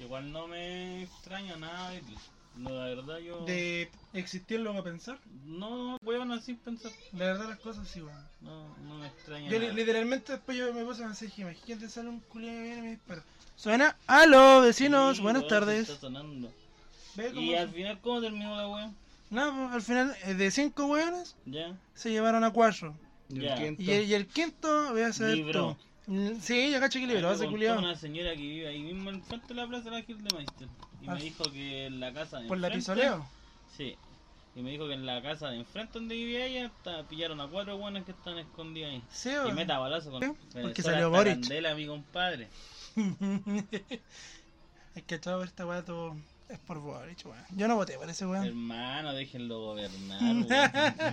igual no me extraña nada de ti. No, la verdad yo... De existir luego pensar. No, weón, así pensar. La verdad las cosas sí, weón. No, no me extraña Yo li- nada. literalmente después yo me puse a pensar, dije, imagínate sale un culiado y viene y me dispara. Suena, aló, vecinos, Sí, buenas weón, tardes. Está sonando. Ve cómo- Y al final, ¿cómo terminó la weón? No, pues, al final eh, de cinco weones ¿Ya? se llevaron a cuatro. Ya. Ya. Y el, y el quinto, voy a saber Libró. tú. Mm, Sí, yo cacho que liberó Me ese contó culiado. una señora que vive ahí mismo enfrente de la plaza de la Gil de Meister. Y Ah, me dijo que en la casa de Por la enfrente- pisoleo. Sí. Y me dijo que en la casa de enfrente donde vivía ella está- pillaron a cuatro buenas que están escondidas ahí. Sí, Y weón. meta balazo con ¿Qué? Venezuela Porque salió hasta Boric. Candela, mi compadre. Es que todo esta weá todo es por Boric, weón. Yo no voté por ese weón. Hermano, déjenlo gobernar. weón.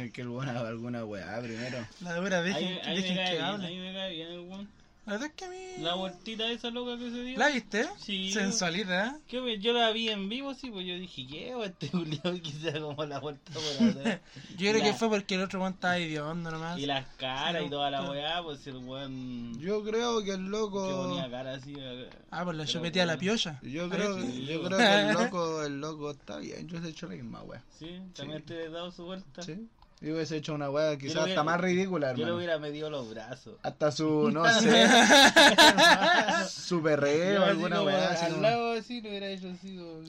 Es que el bueno haga alguna weá primero. La dura, Ahí dejen, ahí dejen me cae que bien, ahí hable. me cae bien el weón. La verdad es que a mí. La vueltita esa loca que se dio. ¿La viste? ¿eh? Sí. Sensualidad. Que me- yo la vi en vivo, sí, pues yo dije, ¿qué? O este culiao que sea como la vuelta por atrás. Yo creo La- que fue porque el otro weón estaba hediondo nomás. Y las caras y toda la Ah, Claro. weá, pues el weón que Yo creo que el loco. ponía cara así. eh, Ah, pues la pero chopetea a la bueno. piolla. Yo Ah, creo, sí. yo creo que el loco, el loco está bien. Yo se he hecho la misma weá. Sí, también te he dado su vuelta. Sí. Yo hubiese hecho una weá Yo quizás lo hasta hubiera- más ridícula, Yo le hermano. hubiera medido los brazos. Hasta su, no sé, su perreo, Yo así alguna como weá. Al así como- lado así le hubiera hecho así como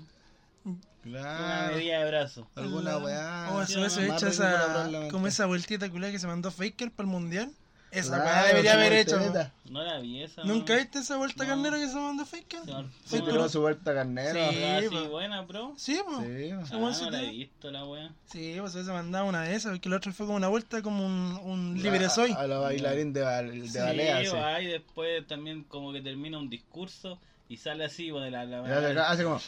una Claro. medida de brazo. Alguna weá. O Oh, a su vez se más echa ridícula esa. probablemente. Como esa vueltita culada que se mandó Faker para el mundial. Esa Claro, weá debería su haber hecho. voltereta. No la vi esa. weón. ¿Nunca viste esa vuelta No. carnero que se mandó Faker? Se mar- Se se tiró marcó su vuelta carnero. Sí, así, po. buena, bro. Sí, pues. Sí. Se Ah, weón se no la he tiró. visto la weá. Sí, pues se mandaba una de esas, porque el otro fue como una vuelta como un, Ah, un libre soy. A, a los bailarín de, bal- de Sí, balea, Sí, sí. va, y después también como que termina un discurso y sale así, bueno, la, la, Le hace, hace como.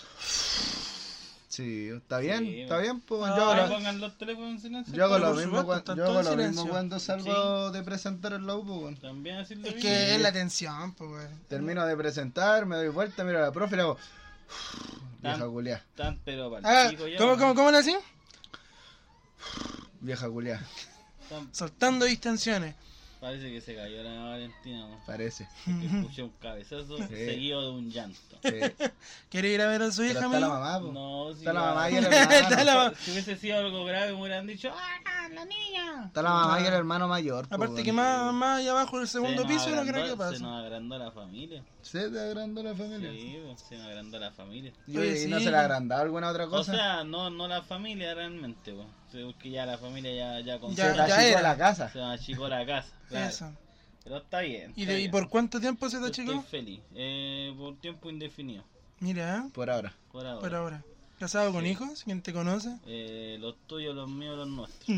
Sí, está bien, Sí, está va. bien, pues. Ah, yo Ahí hago, pongan los teléfonos en silencio. pues. yo hago Por lo supuesto, mismo, cuando, están yo hago todos lo en mismo silencio. cuando salgo de presentar el low, pues. bueno. También así lo Es vi. que es la tensión, pues, weón. Termino de presentar, me doy vuelta, miro a la profe y le hago. Vieja Tan- culiá, Tan, pero pa'l Ah, pico pues ya, ¿cómo, weón. cómo, ¿Cómo le hacen? vieja culiá, Tan- Soltando distensiones. Parece que se cayó la Valentina, weón. parece. Que escuché un cabezazo seguido de un llanto. Sí. Pero ¿Quieres ir a ver a su hija, está amigo? la mamá, pues. No, si Está la la- mamá y el Está la hermano. mamá. Si hubiese sido algo grave, me hubieran dicho, ¡ah, la niña! Está la mamá y el hermano mayor. pues, Ah. Aparte que bueno. más, más allá abajo del segundo Se nos piso no creo agrandó- que Se pase. nos agrandó la familia. Se te agrandó la familia. Sí, weón, se nos agrandó la familia. Y, Oye, y no sí. se le ha agrandado alguna otra O cosa. sea, no, no la familia realmente, weón. O sea, Porque ya la familia ya, ya con Ya- se te ya achicó era. la casa. se nos achicó la casa. Claro. Eso. Pero está bien. ¿Y, está de- y bien. por cuánto tiempo se Yo te Estoy chico? feliz. Eh, por tiempo indefinido. Mira, ¿eh? Por ahora. Por ahora. por ahora. ¿Casado con Sí. hijos? ¿Quién te conoce? Eh, los tuyos, los míos, los nuestros.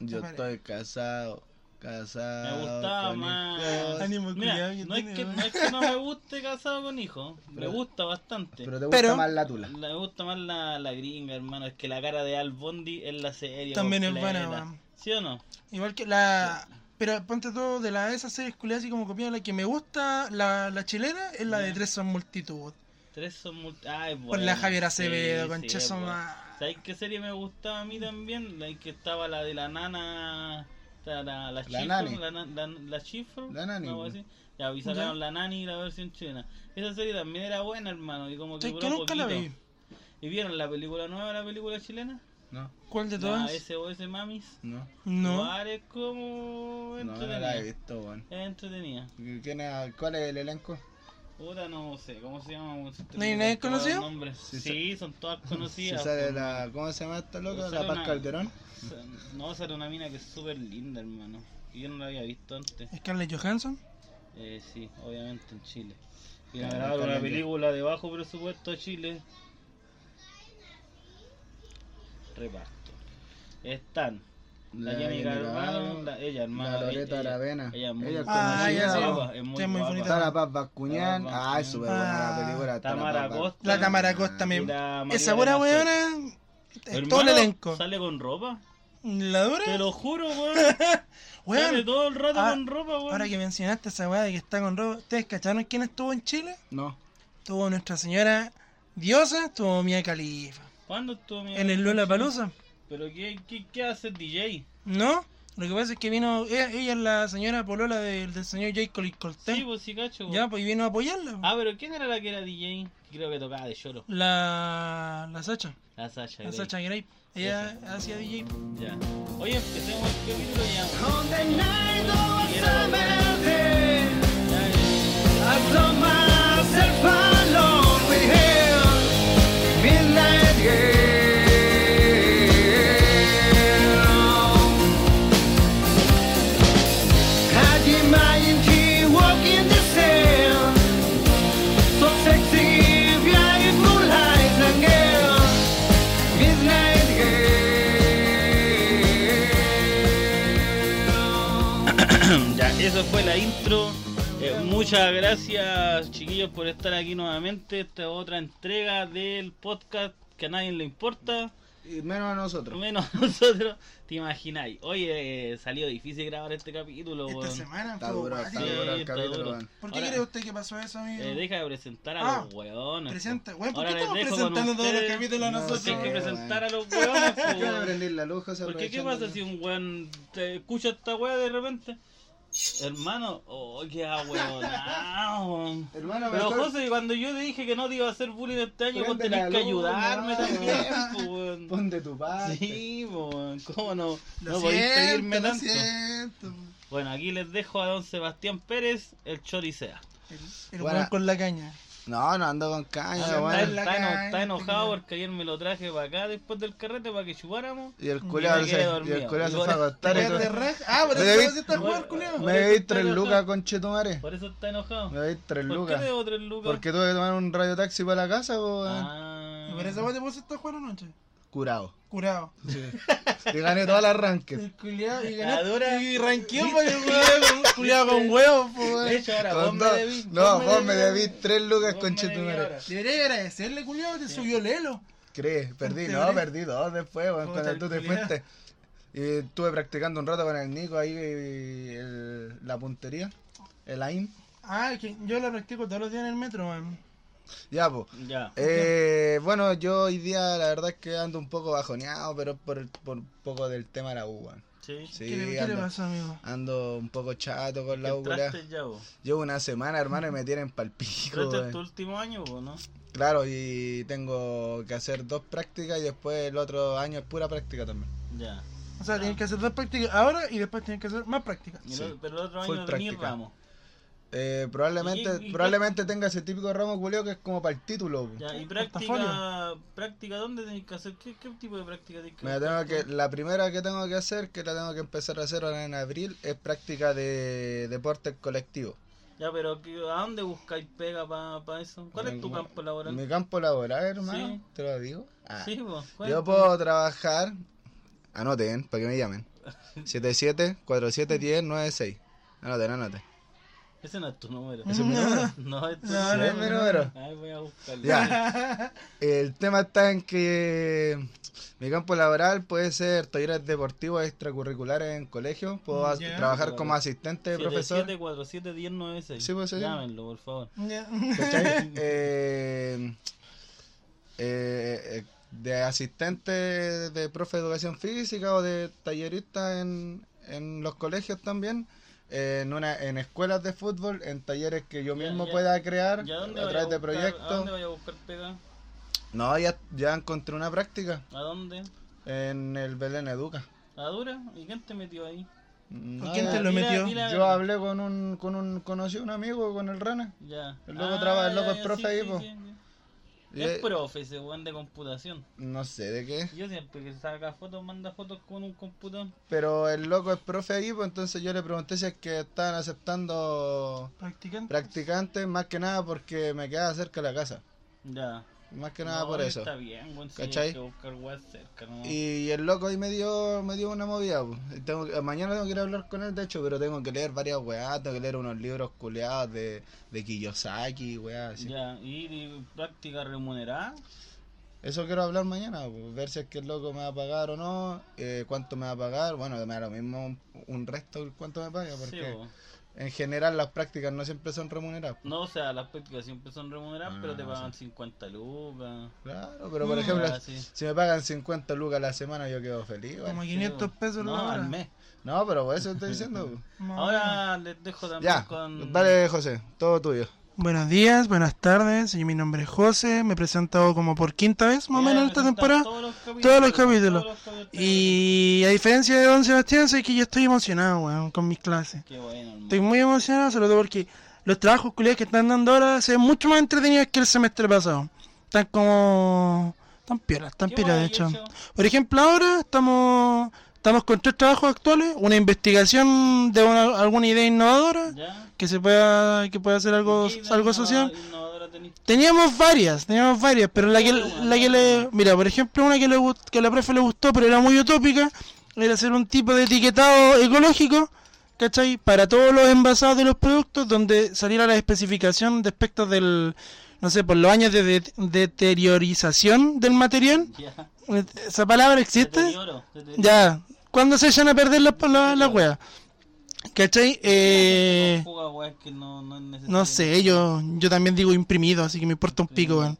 Yo Vale. estoy casado. Casado. Me gustaba con este. más. hijos. Ah, Ánimo, culiao, Mira, que no, es tiene, que, weón. no es que no me guste casado con hijo. Me Pero- gusta bastante. Pero te gusta este. Pero- más la tula. La- Me gusta más la, la gringa, hermano. Es que la cara de Al Bondi es la serie. También es completa. buena, weón. ¿Sí o no? Igual que la... Pero ponte todo de la de esas series culiadas así como copiadas, la que me gusta, la, la chilena, es la de Ya. Tres son multitud. Tres son multi... Ah, es Por la buena. Javier Sí, Acevedo, sí, con es Cheso buena. Ma- ¿Sabes qué serie me gustaba a mí también? La que estaba la de la nana. La, la, la, Schiffer, nani. La, na- la, la Schiffer, La nani, algo así. Ya, y sacaron la nani y la versión chilena. Esa serie también era buena, hermano. Y como que, Es duró que nunca la poquito. vi. ¿Y vieron la película nueva, la película chilena? No, ¿Cuál de La todas? SOS Mamis. no. No. Igual es como No, no la he entretenida. visto, weón. Es entretenida. ¿Quién es- ¿Cuál es el elenco? Puta, no sé, ¿cómo se llama? ¿No hay nadie Todos los conocido? nombres. Sí, Sí, son todas conocidas. Si sale po. la, ¿Cómo se llama esta loca? Sale La Paz una- Calderón. No, esa era una mina que es súper linda, hermano. Y yo no la había visto antes. Scarlett Johansson. Eh, sí, obviamente en Chile. Y la Ah, grabaron una Colombia. película de bajo presupuesto a Chile. Reparto. Están la, Jenny Carvalho, la- ella hermana. la de- Loreta ella- Aravena. Ella es muy Ella es guapa, Ah, ya, sí. guapa, es muy, Sí, es muy guapa. bonita. Está la Paz Bascuñán. La Paz Ah, es Bascuñán. súper buena Ah, la película. está Tamara Paz Bas- Costa. La Tamara Costa Y me... la María Esa de buena la Sol. weona... es Todo el Hermano, elenco. Sale con ropa. ¿La dura? Te lo juro, weón. Weón, Sale todo el rato ah, con ropa, weón. ahora que mencionaste esa weá de que está con robo, ¿ustedes cacharon quién estuvo en Chile? No. Estuvo Nuestra Señora Diosa, estuvo Mia Khalifa. ¿Cuándo estuvo mi En el Lola Palusa, ¿Pero qué, qué, qué hace el DJ? ¿no? Lo que pasa es que vino, ella, ella es la señora Polola del, del señor Jacob Coltén. Sí, pues Ah, sí, cacho. ya, pues y vino a apoyarla. pues. Ah, pero ¿quién era la que era DJ? creo que tocaba de lloro. La, la Sacha, La Sasha. la Grey. Sacha Gray. Ella hacía DJ. Ya. Oye, empecemos el capítulo ya. Condenado a muerte, ya, eh, a tomarse el palo de Hell, Midnight Girl. Hajima y Chi walking the sand, so sexy, bright moonlight and girl, Midnight Girl. ya, eso fue la intro. Eh, muchas gracias, chiquillos, por estar aquí nuevamente. Esta es otra entrega del podcast que a nadie le importa, Y menos a nosotros. menos a nosotros. ¿Te imagináis? Oye, eh, salió difícil grabar este capítulo. Esta weón. semana Está fue duro, guay. está duro Sí, el está capítulo, duro. weón. ¿Por qué Ahora- cree usted que pasó eso, amigo? Eh, deja de presentar a Ah, los hueones. po. Presenta. Bueno, ¿por qué Ahora estamos les dejo con presentando todos los ustedes. capítulos a No, nosotros? Porque hay que weón. presentar a los hueones. po, Yo weón. voy a prender la luz, José, Porque qué aprovechando pasa si un weón te escucha esta weá de repente. Hermano, oh, qué ahueonao. que- Hermano, Pero mejor- José, cuando yo te dije que no te iba a hacer bullying este año, vos Prende tenés la que luz, ayudarme no, también, po, weón. Pon de tu parte. Sí, po, weón, cómo no, Lo no podéis siento, pedirme lo tanto. siento. Bueno, aquí les dejo a don Sebastián Pérez, el choricea. El, el Buena. weón con la caña. No, no ando con caña, Ah, Está, en weón. la está eno- calle, está enojado tengo- porque ayer me lo traje para acá después del carrete para que chupáramos. Y el Y culiado me se, quedé y el dormido. culiao se Y fue a ahora- acostar. Weón de y- reg- Ah, por Me eso debí- vas a estar jugando, culiao. Bueno, Me Ahora veis está tres enojado. lucas, conchetumare. Por eso está enojado. Me veis tres ¿Por qué lucas. te debo tres lucas? Porque tuve que tomar un radio taxi para la casa, po, weón. Ah. Por eso vas a estar jugando anoche. Curado. Curado. Y gané toda la arranque. El culiao y La ganó. dura. Y ranqueó pues, para que jugara culiao con huevos, po, De weón. hecho, ahora Con vos me dos- debís. No, me vos me debís- debís tres lucas, vos me conchetumare. debís Debería agradecerle, culiao, te subió Lelo. ¿Crees? Perdí, Te no, gané. perdí dos después, weón, Puta, cuando el tú te culiao. fuiste. Y estuve practicando un rato con el Nico ahí, eh, el- la puntería, el aim. Ah, es que yo la practico todos los días en el metro, weón. Ya, pues. Ya. Eh, bueno, yo hoy día la verdad es que ando un poco bajoneado, pero es por, el- por un poco del tema de la U, weón. Sí. Sí, ¿Qué, le, qué le ando, pasó, amigo? ando un poco chato con la U, culiao. Entraste ya, vos. Llevo una semana, hermano, y me tienen palpico, Entraste en este tu weón. último año, vos, ¿no? Claro, y tengo que hacer dos prácticas y después el otro año es pura práctica también. Ya. O sea, tienes que hacer dos prácticas ahora y después tienes que hacer más prácticas. Y el Sí. otro- Pero el otro Full año ni práctica. ramos. Eh, probablemente ¿Y- y- y- probablemente tenga ese típico ramo culeo que es como para el título. po. Ya, y Sí, práctica. portafolio. ¿Práctica dónde tenés que hacer? ¿Qué, qué tipo de práctica tenés que Me la hacer? tengo que, la primera que tengo que hacer, que la tengo que empezar a hacer ahora en abril, es práctica de deporte colectivo. Ya, pero ¿qué- ¿a dónde buscáis pega para eso? ¿Cuál es tu Tengo- campo laboral? Mi campo laboral, hermano, Sí. te lo digo. Ah. Sí, vos. ¿cuál es Yo tu- puedo trabajar, anoten, para que me llamen. 77 47 10 96. Anoten, anoten. Ese no es tu número. ¿Ese es mi número? No, este es tu No, Ese número. es mi número. Ahí voy a buscarlo. Ya. El tema está en que mi campo laboral puede ser talleres deportivos extracurriculares en colegios. Puedo as- Ya. trabajar como asistente de profesor. 747 Sí, pues, sí. Llámenlo, por favor. Ya. ¿cachai? Eh, eh, eh, de asistente de profe de educación física o de tallerista en, en los colegios también. eh, En, una, en escuelas de fútbol, en talleres que yo Ya, mismo ya. pueda crear ¿Y a dónde a vaya través de buscar- ¿A dónde proyectos. vaya a buscar pega? No, ya, ya encontré una práctica ¿A dónde? en el Belén Educa. ¿A Dura? ¿Y quién te metió ahí? Ah, No, quién te ya- lo Dila- metió? dila- Yo hablé con un, con un conocido, un amigo, con el Rana. Ya. El loco traba- el loco es ya, profe ahí, po. Eh, sí. Y- Es profe ese weón de computación. No sé de qué. Yo siempre que saca fotos, manda fotos con un computador. Pero el loco es profe ahí, pues entonces yo le pregunté si es que estaban aceptando Practicante. practicantes, más que nada porque me quedaba cerca de la casa. Ya. Más que nada No, por y eso. Está bien, weón. Sí, ¿Cachai? hay que buscar weas cerca, ¿no? Y el loco ahí me dio, me dio una movida. pues. Y Tengo, que- mañana tengo que ir a hablar con él, de hecho, pero tengo que leer varias weas, tengo que leer unos libros culeados de, de Kiyosaki, weas así. Ya. ¿Y, y práctica remunerada? Eso quiero hablar mañana, pues, ver si es que el loco me va a pagar o no, eh, cuánto me va a pagar. Bueno, que me da lo mismo un, un resto cuánto me paga, Sí, porque po. en general las prácticas no siempre son remuneradas. No, o sea, las prácticas siempre son remuneradas, Ah, pero te sí. pagan 50 lucas. Claro, pero por Mm. ejemplo, Ah, sí. si me pagan 50 lucas a la semana, yo quedo feliz. Como güey. 500 pesos pues. no, la hora. al mes. No, pero por eso estoy diciendo. güey. Más o menos. Ahora les dejo también ya, con. dale, José, todo tuyo. Buenos días, buenas tardes. Yo, mi nombre es José. Me he presentado como por quinta vez más o menos en esta temporada. Todos los capítulos. Y a diferencia de Don Sebastián, sé que yo estoy emocionado, weón, con mis clases. Qué bueno, hermano. Estoy muy emocionado, sobre todo porque los trabajos culiados que están dando ahora se ven mucho más entretenidos que el semestre pasado. Están como. Están piolas, están ¿Qué piolas, de más hecho. hay hecho? Por ejemplo, ahora estamos estamos con tres trabajos actuales: una investigación de una- alguna idea innovadora ¿Ya? que se pueda que pueda hacer algo, ¿Qué idea algo social. innova- innovadora tenés? Teníamos varias, teníamos varias, pero la que, la que le. Mira, por ejemplo, una que, le, gust- que a la profe le gustó, pero era muy utópica, era hacer un tipo de etiquetado ecológico, ¿cachai? Para todos los envasados de los productos, donde saliera la especificación respecto del. No sé, por los años de, de- deteriorización del material. Ya. ¿Esa palabra existe? Deterioro, deterioro. Ya. ¿Cuándo se echan a perder las las- las weas? ¿Cachai? Eh. Fuga, weón, que no, no, es necesario. No sé, yo, yo también digo imprimido, así que me importa un pico, weón.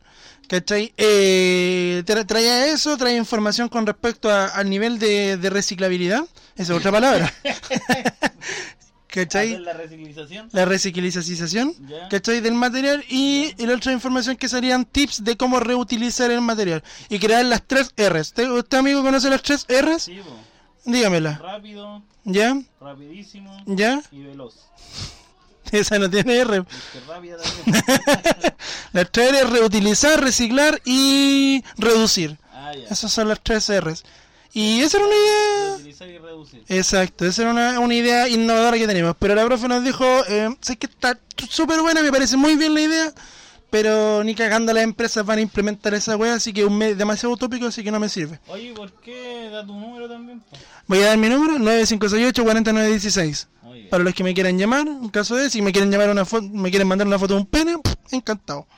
¿Cachai? Eh, tra- traía eso, traía información con respecto a- al nivel de, de reciclabilidad. Esa es otra palabra. Hacer ¿Cachai? la reciclización. La reciclización. Ah, Ya. ¿Cachai? Del material. Y, y la otra información que serían tips de cómo reutilizar el material. Y crear las tres R's. ¿Te- ¿Usted, amigo, conoce las tres R's? Sí, po. Dígamela. Rápido, ¿Ya? rapidísimo ¿Ya? y veloz. Esa no tiene R. Es que rápida también. Las tres R es reutilizar, reciclar y reducir. Ah, ya. Esas son las tres R's. Y esa era una idea. Utilizar y reducir. Exacto, esa era una, una idea innovadora que tenemos. Pero la profe nos dijo: eh, Sé que está súper buena, me parece muy bien la idea. Pero ni cagando las empresas van a implementar esa wea, así que es un me- demasiado utópico, así que no me sirve. Oye, ¿por qué da tu número también? po? Voy a dar mi número: 9568-4916. Muy bien. Para los que me quieran llamar, en caso de, si me quieren llamar una foto, me quieren mandar una foto de un pene, encantado.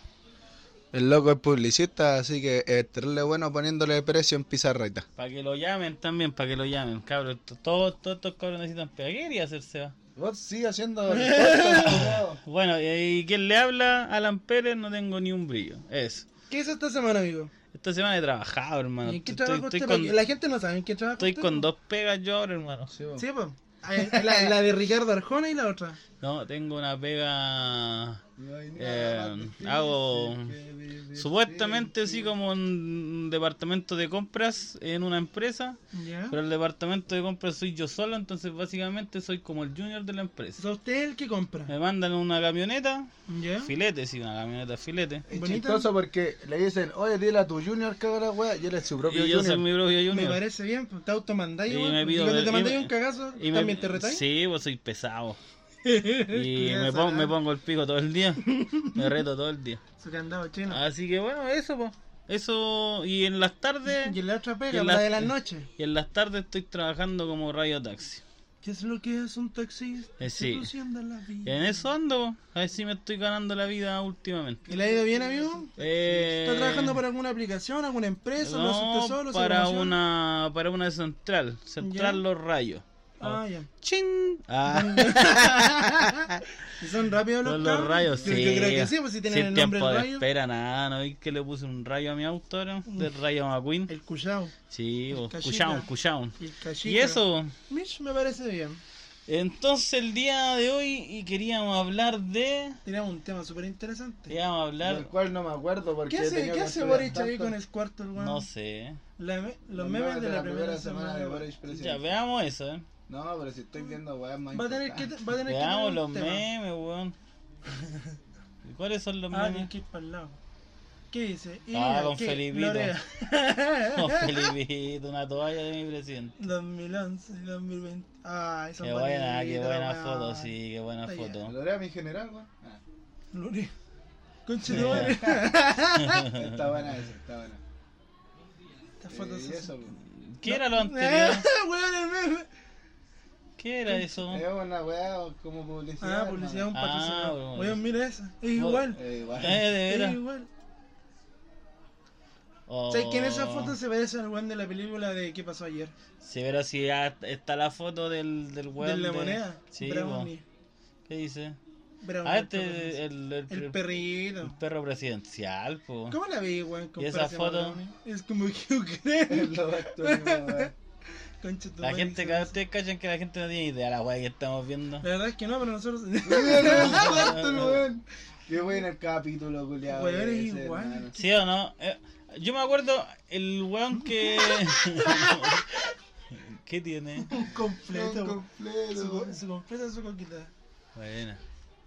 El loco es publicista, así que es terrible bueno poniéndole precio en pizarrita. Para que lo llamen también, para que lo llamen, cabros. T- Todos todos estos cabros necesitan pega. ¿Qué quería hacer Seba? Vos sigue haciendo. Bueno, eh, ¿y quién le habla? Alan Pérez, no tengo ni un brillo. Eso. ¿Qué hizo esta semana, amigo? Esta semana he trabajado, hermano. ¿Y en Ah, qué Estoy- trabajo estoy usted? con- Porque La gente no sabe en qué trabajo Estoy usted, con po. dos pegas yo ahora, hermano. Sí, po. Eh, La, la de Ricardo Arjona y la otra. No, tengo una pega. eh, hago. Supuestamente, así como un departamento de compras en una empresa. ¿Ya? Pero el departamento de compras soy yo solo, entonces básicamente soy como el junior de la O empresa. sea, usted es el que compra. Me mandan una camioneta, ¿Ya? filete, Eh, sí, una camioneta filete. Es Bonita. chistoso porque le dicen, oye, dile a tu junior que haga la wea, y él es su propio Y yo soy junior. mi propio Me junior. parece bien, pues, te automandáis. Y weón. me Y pido cuando ver- te y mandáis me- un cagazo, Y me- también te retáis. Sí, pues soy pesado. Y Cuidado, me, pon- esa me weá. pongo el pico todo el día. Me reto todo el día. Su candado chino. Así que bueno, eso, pues. Eso, y en las tardes. Y en la otra y pega, en la... la- de las noches. Y en las tardes estoy trabajando como radio taxi. ¿Qué es lo que es un taxista? Eh, sí. Seduciendo la vida. En eso ando, po. a ver si me estoy ganando la vida últimamente. ¿Y le ha ido bien, amigo? Eh, ¿Está trabajando para alguna aplicación, alguna empresa? ¿Lo hace no, usted solo? ¿Se para conoció? una para una central, central Ya. Los Rayos. Ah, ya. ¡Chin! Ah, ¿Y son rápidos los son los cabros? rayos, Yo- sí. Yo creo que sí, pues si tienen Sin el nombre tiempo del de rayo. espera, nada, ¿no veis que le puse un rayo a mi auto ahora? Del Rayo McQueen. El Cuyao Sí, el vos, cachita. cuchaun, cuchaun. y el Cachica. Y eso, Mish, me parece bien. entonces el día de hoy y queríamos hablar de... Tiramos un tema súper interesante. Queríamos Del hablar... cual no me acuerdo porque ¿Qué hace, tenía ¿qué que hace estudiar Boric ahí tanto. con el cuarto, el weón? No sé. ¿eh? La me- los memes de la, primera semana, de Boric. Ya, presidente. veamos eso, eh. No, pero si estoy viendo ah, weas más Va a tener que, importantes. va a tener que Veamos tener los un tema. memes, weón. ¿Y ¿Cuáles son los Ah, tiene memes? que ir para el lado. ¿Qué dice? Ah, don ¿qué? Felipito. Lorea. Con Felipito, una toalla de mi presidente. 2011, 2020. Ay, son Qué buena, bonitas, qué buena weón. foto, sí, qué buena Está bien. foto. Lo era mi general, weón. Ah, Lorea. Conche tu madre. está buena esa, está buena. Estas fotos Eh, son- y eso, pues. ¿Qué era lo anterior? Weón, el meme. ¿Qué era eso? Eh, Es Eh, una wea como publicidad. Ah, publicidad un Ah, patrocinador. bueno. Weón, mira esa. Bueno, Es igual. hermano. Eh, igual. Eh, de Es veras. igual. Oh. ¿Sabes que en esa foto se parece al weón de la película de ¿Qué pasó ayer? Sí, pero si ya está la foto del, del de weón. la de- moneda. Sí, Brownie. po. ¿qué dice? Brownie, Ah, otra cosa así. este el, el, El perro, perrito. presidencial, po. ¿Cómo la vi, weón? Oh. ¿Y esa compararse a foto? Brownie? Es como Hugh Grant. Lo actual, weón. Concha tu La madre, gente, que cada se- ustedes cachan que la gente no tiene idea la weá que estamos viendo. La verdad es que no, pero nosotros. Exacto, el weón. Qué bueno el capítulo, culiado. Weón, es ese, igual. hermano. ¿Sí o no? Eh, yo me acuerdo el weón que. ¿Qué tiene? Un completo. weón. completo. Su, su completo, su coquita. Buena.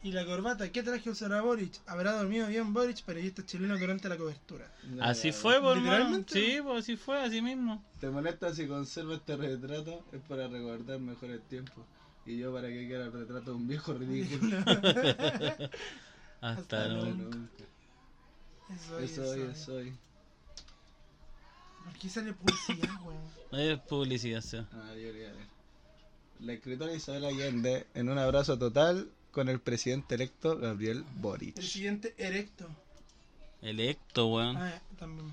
Y la corbata, ¿qué traje usará Boric? Habrá dormido bien Boric, periodista chileno durante la cobertura. Así fue, por hermano. Literalmente. Sí, pues así fue, así mismo. ¿Te molesta si conservo este retrato? Es para recordar mejores tiempos. Y yo, ¿para qué quiera el retrato de un viejo ridículo? Hasta no. Nunca. Eso es, Eso eso hoy, es. eso hoy. ¿Por qué sale publicidad, weón? No hay publicidad, sí. Ah, yo quería leer. La escritora Isabel Allende, en un abrazo total con el presidente electo Gabriel El Boric. siguiente, erecto. Electo, weón. Ah, también.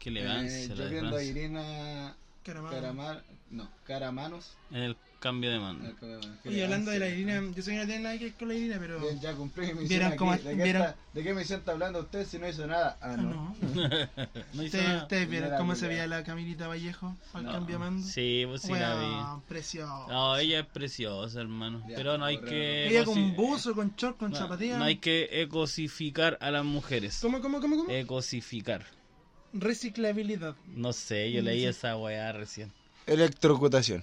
Qué Eh, elegancia la yo de viendo a Francia. Irina Caramado. Caramar, no, Caramanos. El cambio de Ah, mando. Caramanos, qué Oye, hablando de la elegancia. Irina, yo sé que no tiene nada que ver con la Irina, pero. Bien, ya cumplí mi misión Vieron aquí. cómo- ¿De, qué vieron- está- de qué misión está hablando usted si no hizo nada? Ah, Ah, no. no. No hizo Ustedes, nada. ustedes vieron Era cómo se Julia. veía la Camilita Vallejo al No. cambio de mando. Sí, pues sí la vi. Weón, precioso. No, eh, ella es preciosa, hermano. Ya, Pero no hay borrado. que. Ella ecosi- con buzo, con short, con no, zapatillas. no hay que Eh. ecosificar a las mujeres. ¿Cómo, cómo, cómo, cómo? Ecosificar. Reciclabilidad. No sé, yo leí esa weá recién. Electrocutación.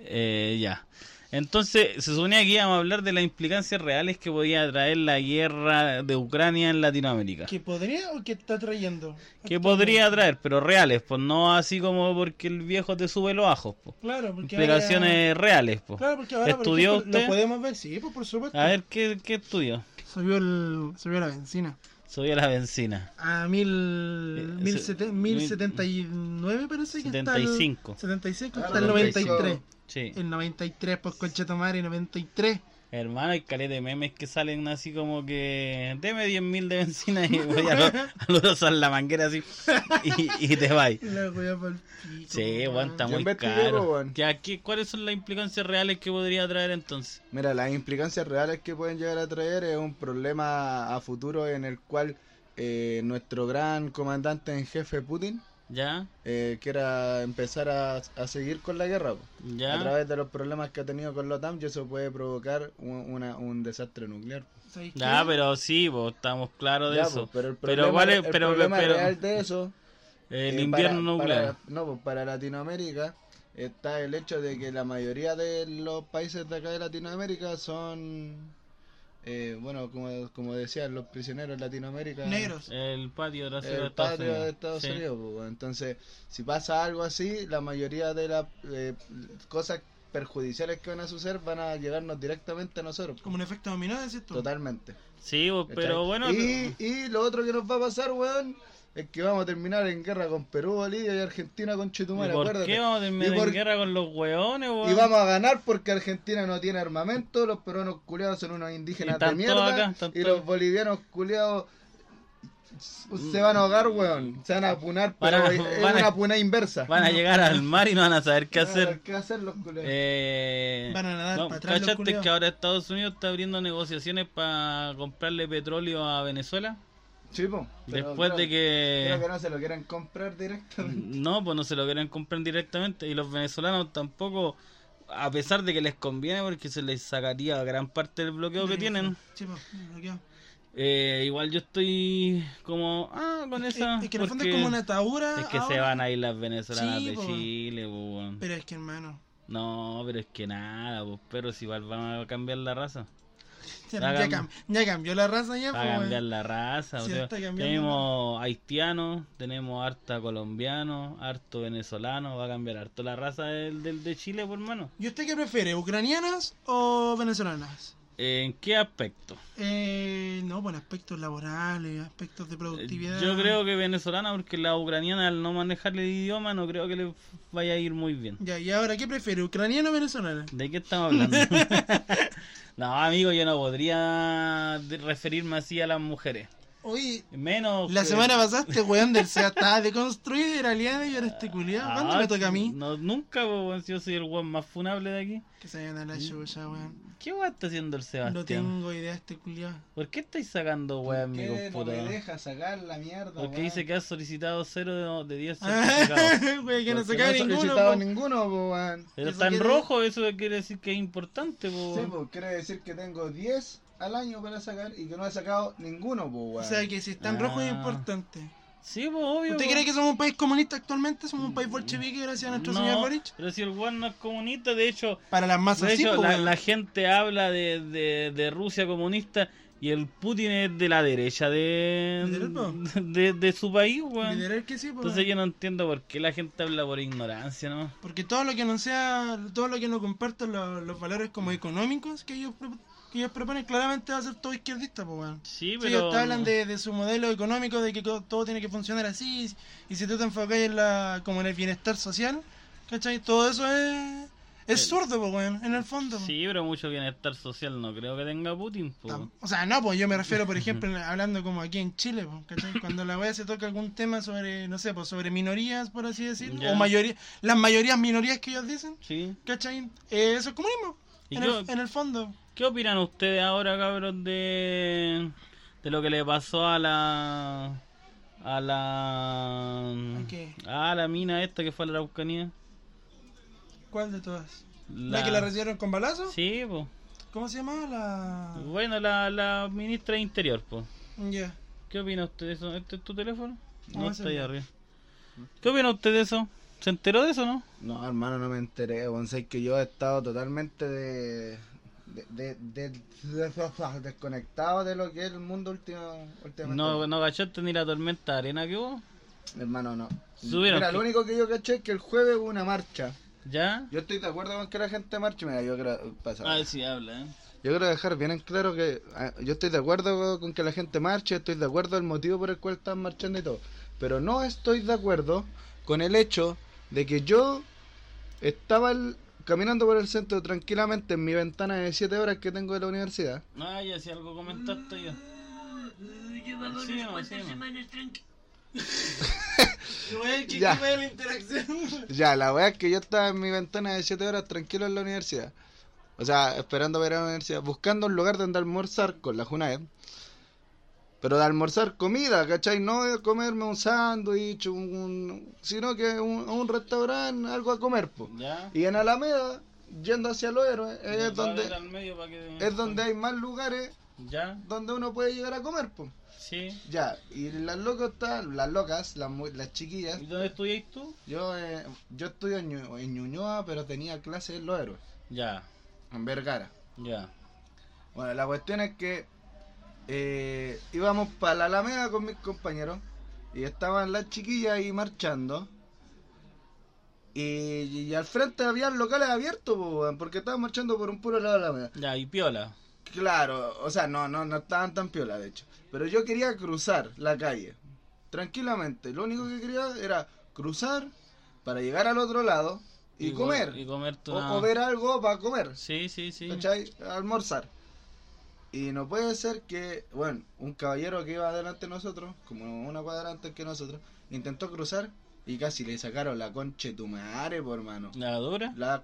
Eh, ya. Entonces, se suponía que íbamos a hablar de las implicancias reales que podía traer la guerra de Ucrania en Latinoamérica. ¿Que podría o que está trayendo? Que podría traer, pero reales, pues no así como porque el viejo te sube los ajos, pues. Claro, porque ahora- Implicaciones reales, pues. Claro, porque ahora por ¿Estudió ejemplo, usted? lo podemos ver, sí, pues por supuesto. A ver, ¿qué, qué estudio? Subió, el, subió la benzina. Subió la benzina. A mil, Eh, mil, se- sete- mil- mil setenta y nueve parece que está. el- 75. 75 Ah, hasta el 95. 93. Sí. El 93, pues concha tu madre, 93. Hermano, hay caleta de memes que salen así como que... Deme 10.000 de benzina y voy a, lo- a lo usar la manguera así y, y te vas. La wea pa'l pico, Sí, weón. aguanta Yo muy investigué, po, caro. weón. Ya, ¿qué- ¿Cuáles son las implicancias reales que podría traer entonces? Mira, las implicancias reales que pueden llegar a traer es un problema a futuro en el cual eh, nuestro gran comandante en jefe Putin ¿Ya? eh, quiera empezar a, a seguir con la guerra. po. A ¿Ya? través de los problemas que ha tenido con la OTAN y eso puede provocar un, una- un desastre nuclear. ¿Sabéis Ya, qué? pero sí, po, estamos claros de Ya, eso. po, pero el Pero problema, ¿cuál es- el pero- problema pero- real de eso El Eh, invierno para- nuclear. para- no, pues para Latinoamérica está el hecho de que la mayoría de los países de acá de Latinoamérica son, eh, bueno, como, como decían los prisioneros de Latinoamérica. Negros. El patio trasero de El Estados patio Unidos. de Estados Sí. Unidos. pues, bueno. Entonces, si pasa algo así, la mayoría de las eh, cosas perjudiciales que van a suceder van a llegarnos directamente a nosotros. pues. Como un efecto dominó, decís tú. Totalmente. Sí, po, pero ¿Cachai? bueno... Y, y lo otro que nos va a pasar, weón, es que vamos a terminar en guerra con Perú, Bolivia y Argentina con ¿Y Chetumare, por acuérdate. qué vamos a terminar Y por- en guerra con los hueones, weón? Y vamos a ganar porque Argentina no tiene armamento, los peruanos culiados son unos Y indígenas están de mierda todos acá, están y todos. los bolivianos culiados se van a ahogar, weón. Se van a apunar, Van a- pero es van a- una apuna inversa. Van a llegar al mar y no van a saber qué Van a saber hacer. ¿Qué hacer los culiados? Eh, Van a nadar no, pa' atrás los ¿cachaste culiaos? que ahora Estados Unidos está abriendo negociaciones para comprarle petróleo a Venezuela? Sí, po, pero después creo- de que... eh, Creo que no se lo quieran comprar directamente. No, pues no se lo quieren comprar directamente. Y los venezolanos tampoco, a pesar de que les conviene, porque se les sacaría gran parte del bloqueo que tienen. Sí, pues, po, bloqueo. eh, igual yo estoy como, ah, con Es, esa. es que en el fondo es porque como una atadura. es que se ahora, van a ir las venezolanas Sí, de po. Chile, po, weón. Pero es que, hermano. No, pero es que nada, pues, pero si igual van a cambiar la raza. Ya, Va a ya cam- cam- ya cambió la raza ya, Va a pues, cambiar weón. la raza. o Sí, sea, está cambiando. tenemos haitianos, tenemos harta colombiano, harto venezolano. Va a cambiar harto la raza del, del de Chile, por hermano. ¿Y usted qué prefiere, ucranianas o venezolanas? ¿En qué aspecto? Eh, no, bueno, aspectos laborales, aspectos de productividad. Yo creo que venezolana, porque la ucraniana al no manejar el idioma no creo que le vaya a ir muy bien. Ya, y ahora, ¿qué prefiere, ucraniana o venezolana? ¿De qué estamos hablando? no, amigo, yo no podría de- referirme así a las mujeres. Oye, Menos... la que- semana pasada este weón del SEA estaba deconstruido, era aliado y ahora este culiado. ¿Cuándo Ah, me toca a mí? No, nunca, po, weón, si yo soy el weón más funable de aquí. Que se vayan a la chucha, weón. ¿Qué weá está haciendo el No Sebastián? tengo idea este culiado. ¿Por qué estáis sacando weá en mi computador? sacar la mierda? Porque dice que has solicitado 0 de 10 certificados. Güey, que no se Porque cae no he ninguno. solicitado po. ninguno, po, weón. Pero Eso está en quiere- rojo, eso quiere decir que es importante, po. Sí, pues quiere decir que tengo 10 al año para sacar y que no he sacado ninguno, po, O weón. sea que si está en rojo es Ah. importante. Sí, po, obvio. ¿Usted po. cree que somos un país comunista actualmente? Somos un país bolchevique gracias a nuestro No, señor Boric. Pero si el weón no es comunista, de hecho, Para las masas de sí, hecho po, la, weón. la gente habla de, de, de Rusia comunista y el Putin es de la derecha Literal, po. de, de, de su país, weón. Literal que sí, po, Entonces yo no entiendo por qué la gente habla por ignorancia, ¿no? Porque todo lo que no sea, todo lo que no comparta lo- los valores como económicos que ellos, pro- que ellos proponen, claramente va a ser todo izquierdista, pues, weón. Sí, Sí, pero... ellos te hablan de, de su modelo económico, de que co- todo tiene que funcionar así, y si tú te enfocas en la, como en el bienestar social, ¿cachai? Todo eso es, es zurdo, pues, weón, en el fondo. po. Sí, pero mucho bienestar social no creo que tenga Putin, po. Tam- O sea, no, pues yo me refiero, por ejemplo, en- hablando como aquí en Chile, po, ¿cachai? cuando la wea se toca algún tema sobre, no sé, pues sobre minorías, por así decirlo, Ya. o mayoría, las mayorías minorías que ellos dicen, Sí. ¿cachai? Eh, eso es comunismo, ¿Y en qué- el, en el fondo. ¿Qué opinan ustedes ahora, cabros, de, de lo que le pasó a la a la ¿A qué? a la mina esta que fue a la Araucanía? ¿Cuál de todas? ¿La, que la recibieron con balazo? Sí, po. ¿Cómo se llamaba la...? Bueno, la, la ministra de Interior, po. Ya. ¿Qué opina usted de eso? ¿Este es tu teléfono? No, No, ese está ahí no. arriba. ¿Qué opina usted de eso? ¿Se enteró de eso, no? No, hermano, no me enteré, weón. Sé que yo he estado totalmente de, de, de- de- de- desconectado de lo que es el mundo último, últimamente. No, no cachaste ni la tormenta de arena que hubo. Hermano, no. Subieron Mira, que- lo único que yo caché es que el jueves hubo una marcha. ¿Ya? Yo estoy de acuerdo con que la gente marche. Mira, yo creo... pasa. A ver si habla, ¿eh? Yo quiero dejar bien en claro que ah, yo estoy de acuerdo con que la gente marche, estoy de acuerdo el motivo por el cual están marchando y todo, pero no estoy de acuerdo con el hecho de que yo estaba el- caminando por el centro tranquilamente en mi ventana de 7 horas que tengo de la universidad. Ah, ya, si algo comentaste yo. Llevamos Sí, Mm, unas no, cuantas sí, no. semanas tranqui- Güey, ¿qué- Ya. qué fue la interacción? Ya, la verdad es que yo estaba en mi ventana de 7 horas tranquilo en la universidad. O sea, esperando para ir a la universidad, buscando un lugar donde almorzar con la Junaed. Pero de almorzar comida, ¿cachai? No de comerme un sándwich, un, un- sino que un, un restaurante, algo a comer, po. ¿Ya? Y en Alameda, yendo hacia los héroes, Ya, es dale al donde, medio para que- es donde hay más lugares ¿Ya? donde uno puede llegar a comer, po. Sí. Ya, y las locas están, las locas, las, mu- las chiquillas, ¿Y dónde estudiáis tú? yo, eh, yo estudio en, Ñu- en Ñuñoa, pero tenía clases en Los Héroes, Ya, en Vergara. ya. Bueno, la cuestión es que eh, íbamos para la Alameda con mis compañeros y estaban las chiquillas ahí marchando. Y, y al frente había locales abiertos, po, weón, porque estaban marchando por un puro lado de la Alameda. Ya, y piola. Claro, o sea, no, no, no estaban tan piola, de hecho. Pero yo quería cruzar la calle, tranquilamente. Lo único que quería era cruzar para llegar al otro lado y, go- comer. Y comer tu. o, o ver algo para comer, Sí, sí, sí. ¿cachai? Almorzar. Y no puede ser que, bueno, un caballero que iba adelante de nosotros, como una cuadra antes que nosotros, intentó cruzar y casi le sacaron la conche tu madre, por hermano. La dura. La-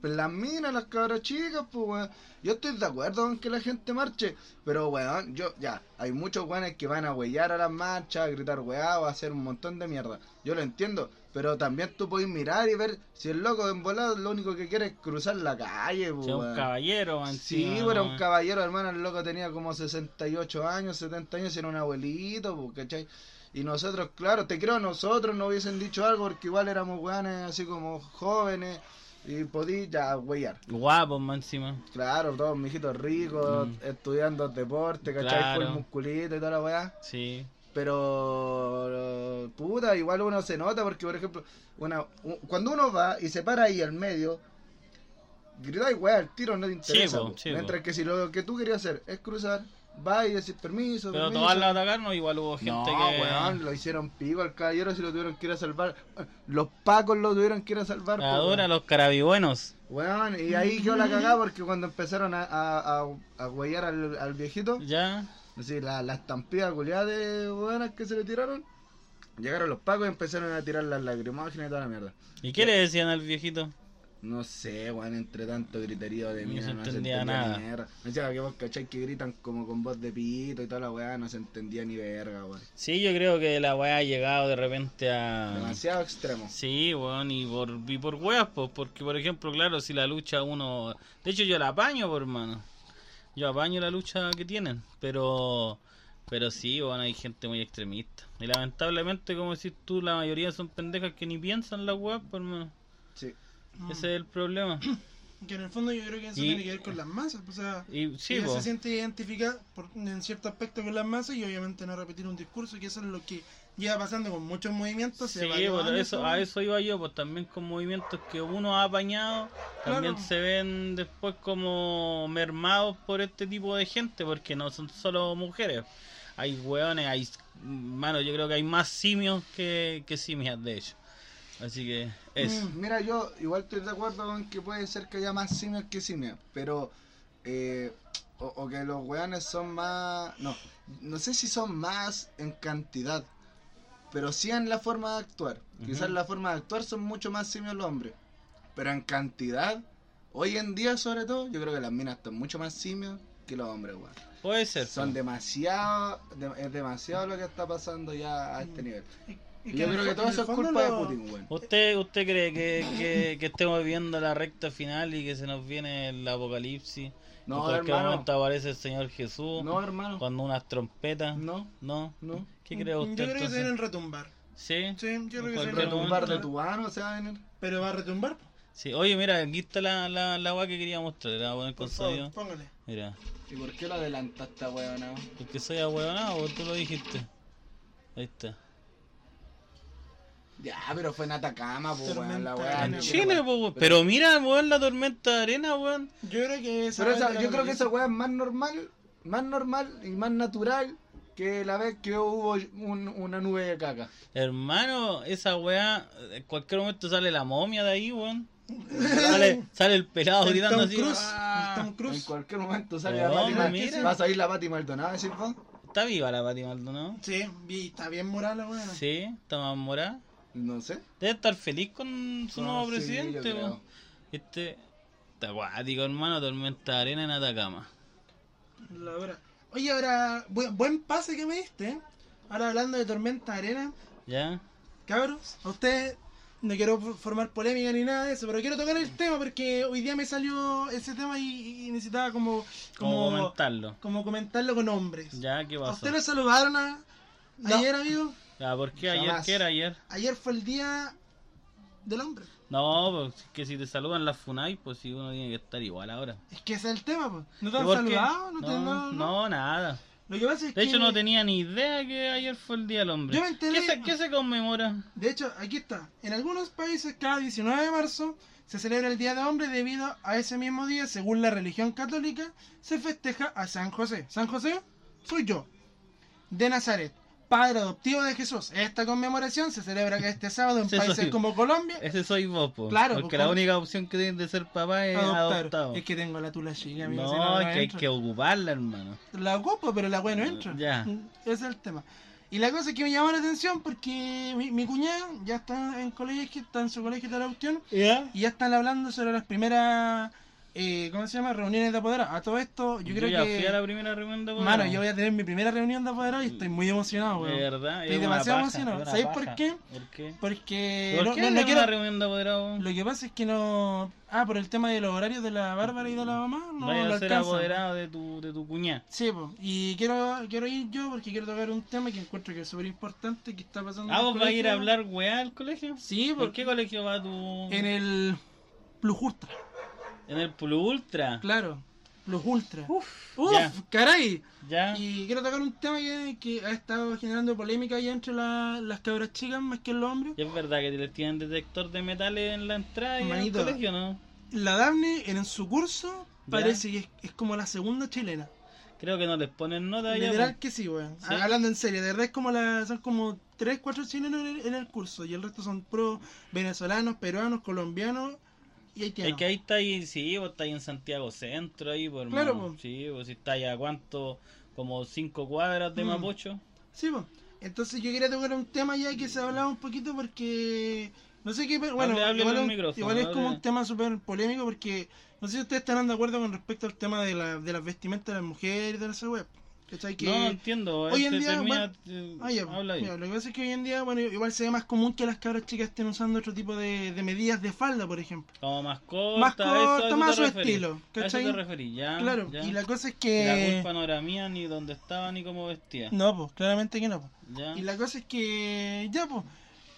las minas, las cabras chicas, pues, weón. Yo estoy de acuerdo con que la gente marche, pero, weón, yo, ya, hay muchos weones que van a huellar a las marchas, a gritar weá o a hacer un montón de mierda. Yo lo entiendo, pero también tú puedes mirar y ver si el loco en volado lo único que quiere es cruzar la calle, pues, Sea un weón. caballero, man. Sí, encima, pero man. un caballero, hermano, el loco tenía como 68 años, 70 años, era un abuelito, pues, ¿cachai? Y nosotros, claro, te creo, nosotros no hubiesen dicho algo porque igual éramos weones así como jóvenes y podí ya huellar. Guapo, man, encima. Claro, todos mijitos ricos, estudiando deporte, ¿cachai? Claro. Full musculito y toda la weá. Sí. Pero, eh, puta, igual uno se nota porque, por ejemplo, una, u- cuando uno va y se para ahí al medio, gritáis, weá, el tiro no te interesa. po, po. sí, po. Mientras que si lo que tú querías hacer es cruzar, vas y decís permiso. Pero permiso. todas las atacaron, igual hubo gente no, que. weón, lo hicieron pico al caballero si lo tuvieron que ir a salvar. Los pacos lo tuvieron que ir a salvar. La po, dura, weón. los carabibuenos. Weón, y ahí quedó la cagada porque cuando empezaron a, a, a, a huellar al, al viejito, Ya. Así, la, la estampida culiada de buenas que se le tiraron. Llegaron los pacos y empezaron a tirar las lagrimógenas y toda la mierda. ¿Y qué le decían al viejito? No sé, weón, entre tanto griterío de No mina, se no entendía nada. ni mierda. Me decía que vos cachai que gritan como con voz de pito y toda la weá, no se entendía ni verga, weón. Sí, yo creo que la weá ha llegado de repente a... Demasiado extremo. Sí, weón, y por, y por weas, pues, porque por ejemplo, claro, si la lucha uno... De hecho, yo la apaño, por hermano. Yo apaño la lucha que tienen, pero... Pero sí, weón, hay gente muy extremista. Y lamentablemente, como decís tú, la mayoría son pendejas que ni piensan las weas, por hermano. Sí. Ese es el problema. Mm. Que en el fondo yo creo que eso Y- tiene que ver con las masas. O sea, Y sí, ella se pues... siente identificada por- en cierto aspecto con las masas y obviamente no repetir un discurso, que eso es lo que lleva pasando con muchos movimientos. se Sí, va llevando por eso, a weón. eso iba yo, pues también con movimientos que uno ha apañado, también Claro. se ven después como mermados por este tipo de gente, porque no son solo mujeres. Hay hueones, hay, mano, yo creo que hay más simios que, que simias, de hecho. Así que eso. Mm. Mm, Mira, yo igual estoy de acuerdo con que puede ser que haya más simios que simios, pero. eh, o, o que los weones son más. No, no sé si son más en cantidad, pero sí en la forma de actuar. Quizás Ujú. la forma de actuar son mucho más simios los hombres, pero en cantidad, hoy en día sobre todo, yo creo que las minas están mucho más simios que los hombres, weón. Puede ser. Son pues. demasiado. de- es demasiado lo que está pasando ya a este nivel. Mm. Y Yo en creo el que fo- todo en eso el es fondo culpa de lo- Putin, weón. ¿Usted, ¿Usted cree que, que, que estemos viviendo la recta final y que se nos viene el apocalipsis? en No, cualquier hermano. momento aparece el Señor Jesús No, hermano. con unas trompetas. No, ¿No? no. ¿Qué cree usted? Yo creo que se entonces? viene el retumbar. Sí, Sí, yo creo que Con se el viene el Retumbar retumbar de tu mano se va a venir. Pero va a retumbar. sí. Oye, mira, aquí está la, la, la weá que quería mostrar. La voy a poner Por con favor, sonido. póngale. Mira, ¿Y por qué lo adelantaste, weón? eh? porque soy ahueonado, vos tú lo dijiste. Ahí está. Ya, pero fue en Atacama, po, weón. Tormenta La weá. en En Mira, Chile, weón. po, weón. Pero mira, weón, la tormenta de arena, weón. Yo creo que esa Pero va a esa- entrar yo a creo que Galicia. esa weá es más normal, más normal y más natural que la vez que hubo un- una nube de caca. Hermano, esa weá, en cualquier momento sale la momia de ahí, weón. Sale, sale el pelado El gritando Tom así. Cruise, "Ah". el Tom Cruise. En cualquier momento sale No, la Pati mira. Maldonado. Va a salir la Pati Maldonado, ¿sí, po? Está viva la Pati Maldonado. Sí, y está bien moral la weá. Sí, está más morada. No sé. Debe estar feliz con su No, nuevo Ah, sí, yo presidente, creo. weón. Este. Está acuático, hermano, tormenta de arena en Atacama. La hora. Oye, ahora, bu- buen pase que me diste. ¿eh? Ahora hablando de Tormenta de Arena, ¿Ya? cabros, a ustedes no quiero for- formar polémica ni nada de eso, pero quiero tocar el tema porque hoy día me salió ese tema y, y necesitaba como, ¿Cómo como, comentarlo? como comentarlo con hombres. ¿Ya? ¿Qué ¿A pasó? ustedes lo saludaron a- ayer, amigo? Ya, ¿Por qué ayer? Jamás. ¿Qué era ayer? Ayer fue el día del hombre. No, pues es que si te saludan las FUNAI, pues si uno tiene que estar igual ahora. Es que ese es el tema, pues. ¿No te ¿Y han por qué? saludado? ¿No, te- no, no, no. no, nada. Lo que pasa es De que hecho, no tenía ni idea que ayer fue el Día del Hombre. Yo me enteré- ¿Qué se, qué se conmemora? De hecho, aquí está. En algunos países, cada 19 de marzo se celebra el Día de Hombre debido a ese mismo día, según la religión católica, se festeja a San José. San José soy yo, de Nazaret, padre adoptivo de Jesús. Esta conmemoración se celebra este sábado en Ese soy países yo. como Colombia. Ese soy vos, po. Claro, Porque pues, la ¿cómo? única opción que tienes de ser papá es Adoptar. Eh, adoptado. Es que tengo la tula chica, amigo, si no, es que hay entra. que ocuparla, hermano. La ocupo, pero la wea no entra. Mm, Ya. Ese es el tema. Y la cosa es que me llamó la atención porque mi, mi cuñada ya está en colegio, está en su colegio de la cuestión, ¿Ya? y ya están hablando sobre las primeras, eh, ¿cómo se llama? Reuniones de apoderados. A todo esto, yo, Yo, creo ya que... fui a la primera reunión de Mano, apoderados. yo voy a tener mi primera reunión de apoderados y estoy muy emocionado, De Ah, weón. verdad. Estoy es una demasiado paja, emocionado. es una ¿Sabéis por paja. qué? ¿Por qué? Porque... ¿Por no- qué no- hay no una quiero- reunión de apoderados? Lo que pasa es que no... Ah, por el tema de los horarios de la Bárbara y de la mamá, no Vaya lo a ser alcanzan. apoderado de tu, de tu cuñada. Sí, po. y quiero, quiero ir yo porque quiero tocar un tema que encuentro que es súper importante que está pasando. en Ah, el vos vas a ir a colegio. hablar weá al colegio. Sí, ¿Por porque qué colegio va tu.? en el Plus Ultra, En el Plus Ultra. claro, Plus Ultra. Uf, Uf, ya, Ah. caray. ya. Y quiero tocar un tema que, que ha estado generando polémica ya entre la- las cabras chicas más que los hombres. Y es verdad que les tienen detector de metales en la entrada y en el Manito. colegio, ¿no? La Daphne en su curso Ya. parece que es, es como la segunda chilena. Creo que no les ponen nota ya. Literal po. que sí, weón. Sí. Hablando en serio, de verdad es como la, son como 3, 4 chilenos en el, en el curso y el resto son pro venezolanos, peruanos, colombianos y haitianos. Es que ahí está ahí, sí, vos estáis en Santiago Centro, ahí, por Claro, po. Sí, vos si estáis a cuánto, como cinco cuadras de Mm. Mapocho. Sí, po. Entonces yo quería tocar un tema ya que se hablaba un poquito porque No sé qué, pero bueno, Hable- hable igual, en el es- micrófono, igual es hable. como un tema súper polémico porque no sé si ustedes estarán de acuerdo con respecto al tema de, la, de las vestimentas de las mujeres y de esa web. ¿Cachai? Que, No, no entiendo. hoy en este, día, termina, eh, Ah, ya, habla ahí. mira, lo que pasa es que hoy en día, bueno, igual se ve más común que las cabras chicas estén usando otro tipo de, de medidas de falda, por ejemplo. Como más corta, más a eso- a corta, eso más te su referís. estilo, A eso ¿cachai? te referís, ya. claro, ya. y la cosa es Y la que... culpa no era mía, ni dónde estaba, ni cómo vestía. No, pues, claramente que no, pues. Ya. Y la cosa es que, ya, pues,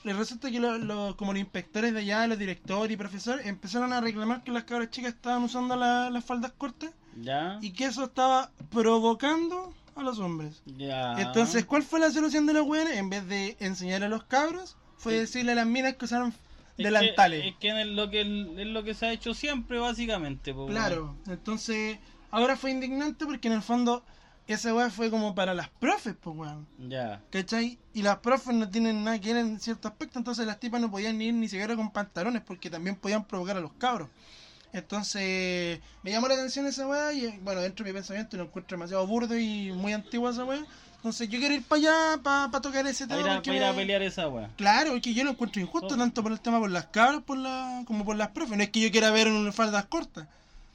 les resulta que lo- lo- como los inspectores de allá, los directores y profesores, empezaron a reclamar que las cabras chicas estaban usando la- las faldas cortas Ya. y que eso estaba provocando a los hombres. Ya. Entonces, ¿cuál fue la solución de los weones? En vez de enseñar a los cabros, fue decirle a las minas que usaron Es delantales. que- Es que, es, lo que es lo que se ha hecho siempre, básicamente. po, Claro, entonces, ahora fue indignante porque en el fondo, esa weá fue como para las profes, pues, weón. weón. Ya. ¿Cachai? Y las profes no tienen nada que ver en cierto aspecto, entonces las tipas no podían ir ni siquiera con pantalones porque también podían provocar a los cabros. Entonces, me llamó la atención esa weá y bueno, dentro de mi pensamiento lo encuentro demasiado burdo y muy antiguo esa weá. Entonces yo quiero ir para allá para tocar ese Para tema. ir a, porque pa' ir a me- pelear esa weá. Claro, es que yo lo encuentro injusto Oh. tanto por el tema por las cabras por la, como por las profes. No es que yo quiera ver unas faldas cortas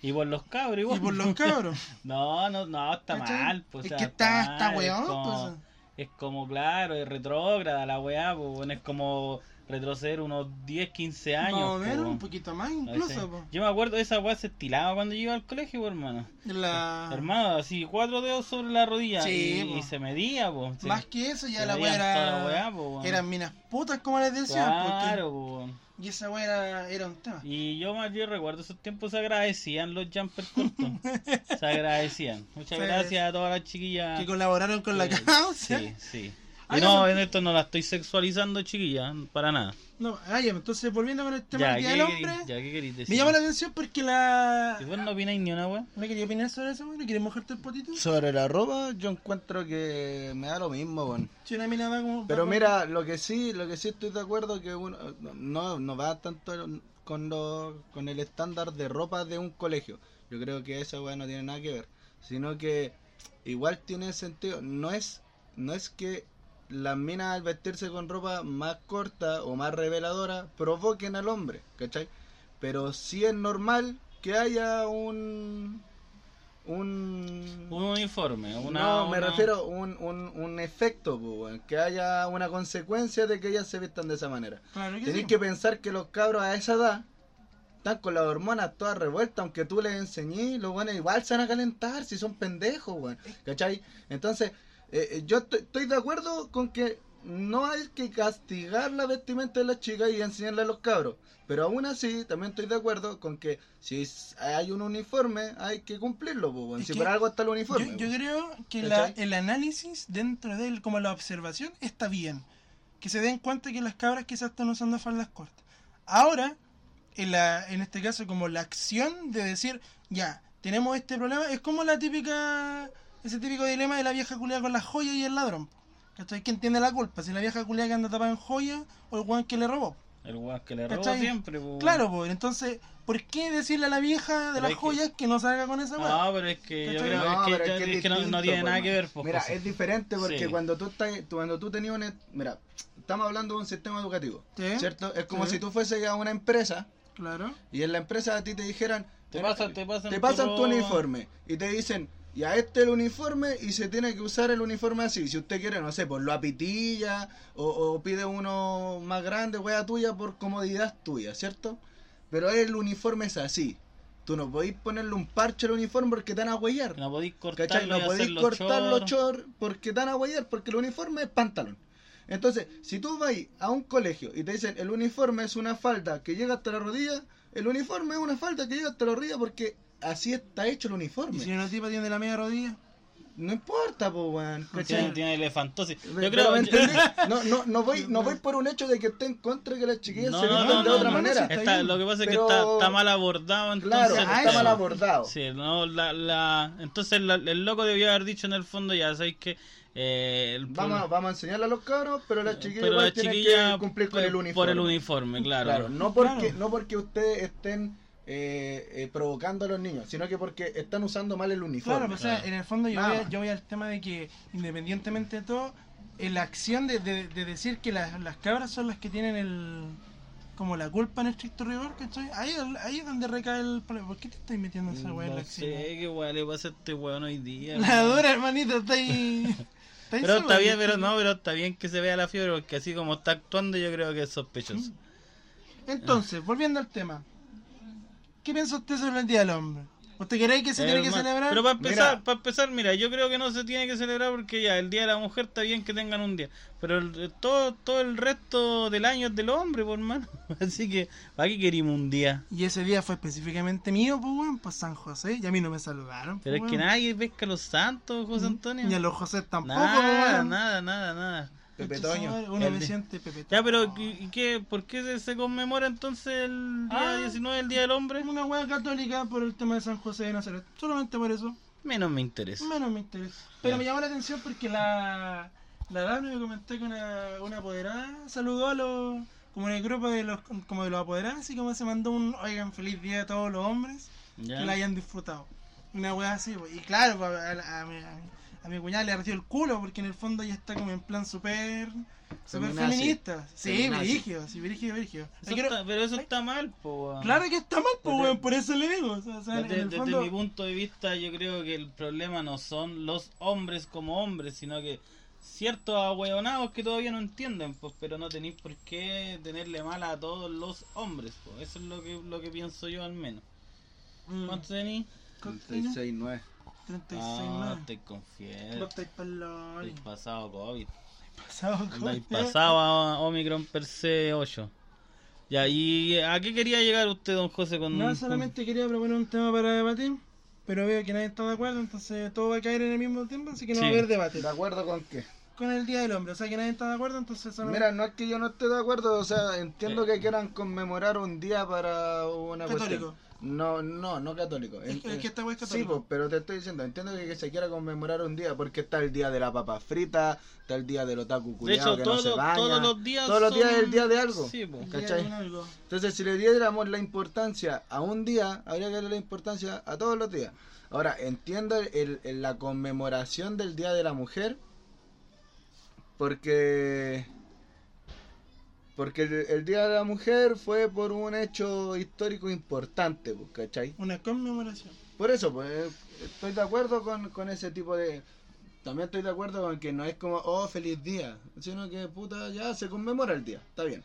Y por los cabros, y igual. por los cabros. No, no, no, está ¿cachai? mal. po, o es sea, que está, está mal, weón. Es como, pues. es como, claro, es retrógrada la weá, po, weón, es como retroceder unos 10, 15 años. Más o po, menos, weón. un poquito más A veces- incluso. po. Yo me acuerdo, esa weá se estilaba cuando yo iba al colegio, po, hermano. La... Hermano, así cuatro dedos sobre la rodilla. Ah. Sí, y, po. y se medía, po. se- Más que eso, ya se la medían wea toda la era. weá, po, weón. Eran minas putas, como les decía. Claro, po, weón. Y esa wea era, era un tema. Y yo más bien recuerdo esos tiempos se agradecían los jumpers cortos. se agradecían. Muchas Sí. gracias a todas las chiquillas. Que colaboraron con la ah. Sí, causa. Sí, sí. Y Ay, no, no, en esto no la estoy sexualizando, chiquilla, para nada. No, ah, ya, entonces volviendo con el tema del ¿qué Día del querí- Hombre. ya, ¿qué queréis decir? me llama la atención porque la. Si vos no opináis ni una wea. ¿No quería opinar sobre eso, wea? ¿No quería mojarte el potito? Sobre la ropa, yo encuentro que me da lo mismo, weón. Si una mina va como. Pero va- mira, lo que sí, lo que sí estoy de acuerdo que uno no, no va tanto con lo, con el estándar de ropa de un colegio. Yo creo que esa weá no tiene nada que ver. Sino que igual tiene sentido. No es, no es que las minas al vestirse con ropa más corta o más reveladora provoquen al hombre, ¿cachai? Pero sí es normal que haya un un Un uniforme, una. no, me una- refiero a un, un, un efecto, po, weón, que haya una consecuencia de que ellas se vistan de esa manera. Claro que Tenéis sí. que pensar que los cabros a esa edad están con las hormonas todas revueltas, aunque tú les enseñes, los buenos igual se van a calentar si son pendejos, weón. ¿Cachai? Entonces, eh, eh, yo estoy- estoy de acuerdo con que no hay que castigar la vestimenta de las chicas y enseñarle a los cabros. Pero aún así, también estoy de acuerdo con que si es- hay un uniforme, hay que cumplirlo, po, weón. Es Si que por algo está el Yo, pues, uniforme. yo weón. creo que la- ¿Cachai? el análisis dentro de él, como la observación, está bien. Que se den cuenta que las cabras quizás están usando faldas cortas. Ahora, en, la, en este caso, como la acción de decir, ya, tenemos este problema, es como la típica, ese típico dilema de la vieja culia con las joyas y el ladrón. ¿Cachai? ¿Quién tiene la culpa? Si la vieja culia que anda tapada en joyas o el guan que le robó. El weón que le roba ¿Cachai? siempre, po, weón. Claro, pues, entonces, ¿por qué decirle a la vieja de Oh. Pero las es que- Ah. joyas que... no salga con esa weá? No, pero es que yo ¿Cachai? creo No, es que, pero ya- es que es es que no, no distinto, tiene po, nada que hermano. ver, po, Mira, José. es diferente porque Sí. cuando tú estás, tú- cuando tú tenías una, mira, estamos hablando de un sistema educativo, Sí. ¿cierto? Es como Sí. si tú fueses a una empresa Claro. y en la empresa a ti te dijeran, Te mira, pasan- te pasan tu pasan tu ropa. uniforme y te dicen, ya este es el uniforme y se tiene que usar el uniforme así, si usted quiere, no sé, por lo apitilla o, o pide uno más grande, wea tuya, por comodidad tuya, ¿cierto? Pero el uniforme es así. Tú no podéis ponerle un parche al uniforme porque te van a huellar. No podéis ¿Cachai? cortarlo No y podéis hacerlo cortar los chor. shorts porque te van a guayar, porque el uniforme es pantalón. Entonces, si tú vas a un colegio y te dicen el uniforme es una falda que llega hasta la rodilla, el uniforme es una falda que llega hasta la rodilla porque así está hecho el ¿Y si uniforme. una tipa tiene la media rodilla? No importa, po, weón. Tiene, ¿cachai? tiene elefantosis. Yo Pero, creo ¿me yo- entendí? No, no, no voy, no voy por un hecho de que esté en contra de que las chiquillas No, se no, vistan no, de no, otra no, manera. sí, Está- lo que pasa es que Pero- está, está mal abordado, entonces. Claro, Ah, está eso. mal abordado. Sí, no, la, la, entonces la- el loco debió haber dicho en el fondo, ya sabéis que... eh, el Vamos, a- pro- vamos a enseñarle a los cabros, pero las chiquillas pero igual la tienen chiquilla que cumplir con el uniforme. por el uniforme, claro. Claro, no porque, Claro. no porque ustedes estén eh, eh, provocando a los niños, sino que porque están usando mal el uniforme. Claro, pues, o sea, claro. en el fondo yo Nada voy, a- más. yo voy al tema de que independientemente de todo, eh, la acción de, de- de decir que las, las cabras son las que tienen el, como la culpa en estricto rigor, ¿cachai? Ahí, ahí es donde recae el problema. ¿Por qué te estás metiendo esa weá en No la axila? sé qué weá le pasa a este weón hoy día. La hermano. dura, hermanito, está ahí. está ahí Pero está solo, bien, ¿viste? pero no, pero está bien que se vea la fiebre porque así como está actuando yo creo que es sospechoso. Entonces, volviendo al tema. ¿Qué piensa usted sobre el Día del Hombre? ¿Usted cree que se Eh, tiene que hermano, celebrar? Pero para empezar, Mira. para empezar, mira, yo creo que no se tiene que celebrar porque ya el Día de la Mujer está bien que tengan un día, pero el- eh, todo todo el resto del año es del hombre, por mano. Así que ¿para qué querimos un día? Y ese día fue específicamente mío, pues, weón, pues San José. Y a mí no me saludaron. Pero pues, es que weón. nadie pesca a los santos, José Antonio. Ni a los José tampoco, nada, weón. nada, nada, nada. Pepe Entonces, Toño. Uno El me de- siente Pepe Ya, pero Toño. ¿y qué? ¿Por qué se, se conmemora entonces el día Ah. 19, el Día del Hombre? Una weá católica por el tema de San José de Nazaret. Solamente por eso. Menos me interesa. Menos me interesa. Pero me llamó la atención porque la. La Dafne me comentó que una, una apoderada saludó a los. Como en el grupo de los, como de los apoderados, así como se mandó un oigan feliz día a todos los hombres Ya. que la hayan disfrutado. Una weá así, pues. y claro, pues, a, la- a mi, a mi- a mi cuñada le ardió el culo porque en el fondo ella está como en plan super, super Feminazi. feminista. Sí, Feminazi. virgio, sí, virgio, virgio. Eso Yo quiero- está- pero eso está mal, po. weón. Claro que está mal, pues, Desde- weón, por eso le digo. O sea, o sea, en Desde, el desde fondo- mi punto de vista, yo creo que el problema no son los hombres como hombres, sino que ciertos ahueonados que todavía no entienden, pues, pero no tenéis por qué tenerle mala a todos los hombres, pues. Eso es lo que, lo que pienso yo al menos. Mm. ¿Cuánto tenéis? ¿Cuánto tenía? 36.9. 36, Ah, no. te Vos confieso. estáis pa'l Estáis pasado COVID. Pasado, Andáis pasado a Omicron per se 8. Ya, ¿y a qué quería llegar usted, don José, con No, con- solamente quería proponer un tema para debatir, pero veo que nadie está de acuerdo, entonces todo va a caer en el mismo tiempo, así que no va a Sí. haber debate. ¿De acuerdo con qué? Con el Día del Hombre, o sea que nadie está de acuerdo, entonces solamente... Mira, no es que yo no esté de acuerdo, o sea, entiendo Sí. que quieran conmemorar un día para una Católico. cuestión. No, no, no católico. Es que- es que esta wea es Sí, católica. pues, pero te estoy diciendo, entiendo que, que se quiera conmemorar un día, porque está el día de la papa frita, está el día del otaku culiao hecho, que no todo- se baña. todos los días Todos los días son- es el día de algo. Sí, po. Día de ¿cachai? algo. Entonces, si le diéramos la importancia a un día, habría que darle la importancia a todos los días. Ahora, entiendo el- el- la conmemoración del Día de la Mujer, porque, porque el, el Día de la Mujer fue por un hecho histórico importante, pues, ¿cachai? Una conmemoración. Por eso, pues, eh, estoy de acuerdo con, con ese tipo de... También estoy de acuerdo con que no es como, oh, feliz día, sino que, puta, ya se conmemora el día, está bien.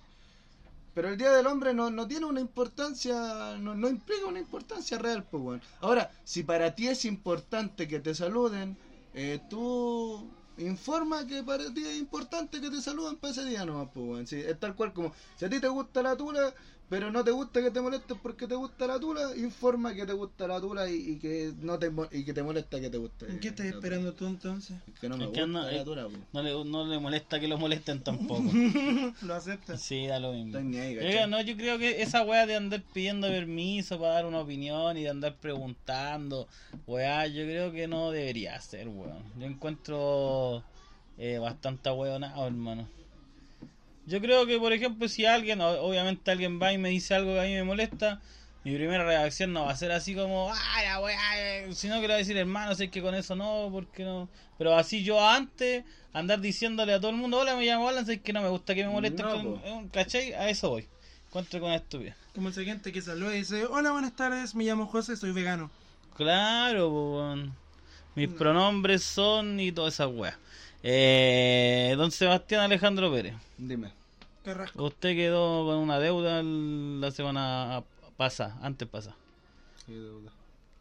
Pero el Día del Hombre no, no tiene una importancia, no, no implica una importancia real, pues, weón. Ahora, si para ti es importante que te saluden, eh, tú informa que para ti es importante que te saluden para ese día nomás, pues, weón. Sí, es tal cual como, si a ti te gusta la tula, pero no te gusta que te molestes porque te gusta la tula, informa que te gusta la tula y, y que no te mo- y que te molesta que te guste. ¿En qué estás la tula. esperando tú entonces? Que no me Es que gusta no- la es- tula, pues. No le, no le molesta que lo molesten tampoco. Lo aceptas. sí, da lo mismo. Está ni ahí, Yo ¿cachai? creo, no, yo creo que esa weá de andar pidiendo permiso para dar una opinión y de andar preguntando, weá, yo creo que no debería ser, weón. Yo encuentro eh, bastante weonado, hermano. Yo creo que, por ejemplo, si alguien, o- obviamente alguien va y me dice algo que a mí me molesta, mi primera reacción no va a ser así como, ah, la weá, eh", sino que le voy a decir, hermano, sé que con eso no, porque no. Pero así yo antes, andar diciéndole a todo el mundo, hola, me llamo Alan, sé que no me gusta que me moleste, No, con- po. eh, ¿cachai? A eso voy. Encuentro con estúpido. Como el siguiente que saluda y dice, hola, buenas tardes, me llamo José, soy vegano. Claro, po, weón. Mm. mis pronombres son y toda esa weá. Eh, don Sebastián Alejandro Pérez, Dime. Carrasco. usted quedó con una deuda el- la semana pasada, antes pasada.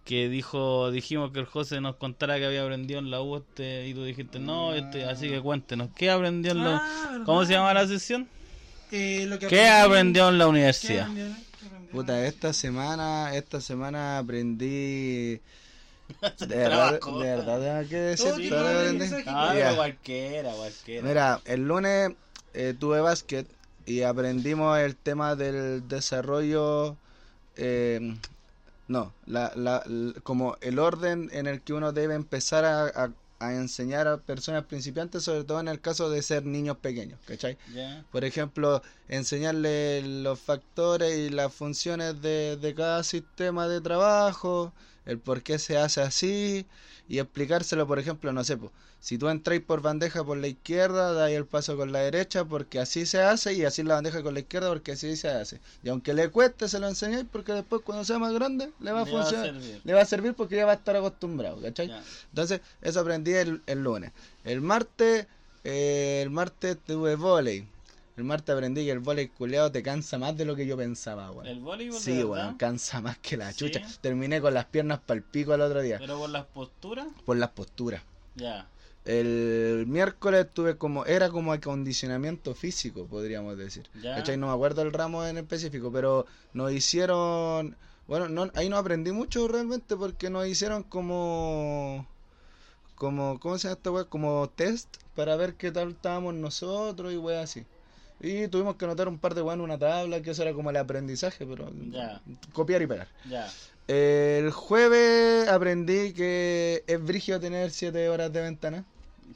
que dijo dijimos que el José nos contara que había aprendido en la U este, y tú dijiste no este, así que cuéntenos qué aprendió en la Ah, ¿verdad? cómo se llama la sesión Eh, lo que qué aprendió en la ¿Qué universidad aprendió? ¿Qué aprendió? Puta, esta semana, esta semana aprendí. De verdad, Trabajo. de verdad tengo que Oh, qué decir. todo lo padre, que aprendí. mensaje. Ah, Ya. pero cualquiera cualquiera Mira, el lunes eh, tuve básquet y aprendimos el tema del desarrollo. eh, no, la, la- l- como el orden en el que uno debe empezar a, a- a enseñar a personas principiantes, sobre todo en el caso de ser niños pequeños, ¿cachai? Ya. Por ejemplo, enseñarle los factores y las funciones de, de cada sistema de trabajo, el por qué se hace así y explicárselo, por ejemplo, no sé, po, si tú entráis por bandeja por la izquierda, dais el paso con la derecha porque así se hace y así la bandeja con la izquierda porque así se hace. Y aunque le cueste, se lo enseñáis porque después cuando sea más grande le va a Le va a funcionar, servir. le va a servir porque ya va a estar acostumbrado, ¿cachai? Ya. Entonces, eso aprendí el, el lunes. El martes, eh, el martes tuve volei. El martes aprendí que el volei culeado te cansa más de lo que yo pensaba, weón. El voleibol. Sí, de weón, verdad, cansa más que la Sí. chucha. Terminé con las piernas para el pico al otro día, Pero por las posturas, por las posturas. ya. El miércoles tuve como, era como acondicionamiento físico, podríamos decir. Ya. ¿Cachai? No me acuerdo el ramo en específico, pero nos hicieron, bueno, no, ahí no aprendí mucho realmente porque nos hicieron como, como, ¿cómo se llama esta weá? Como test para ver qué tal estábamos nosotros y weá así. Y tuvimos que anotar un par de weá en una tabla, que eso era como el aprendizaje, pero Ya. copiar y pegar. Ya. El jueves aprendí que es brígido tener 7 horas de ventana.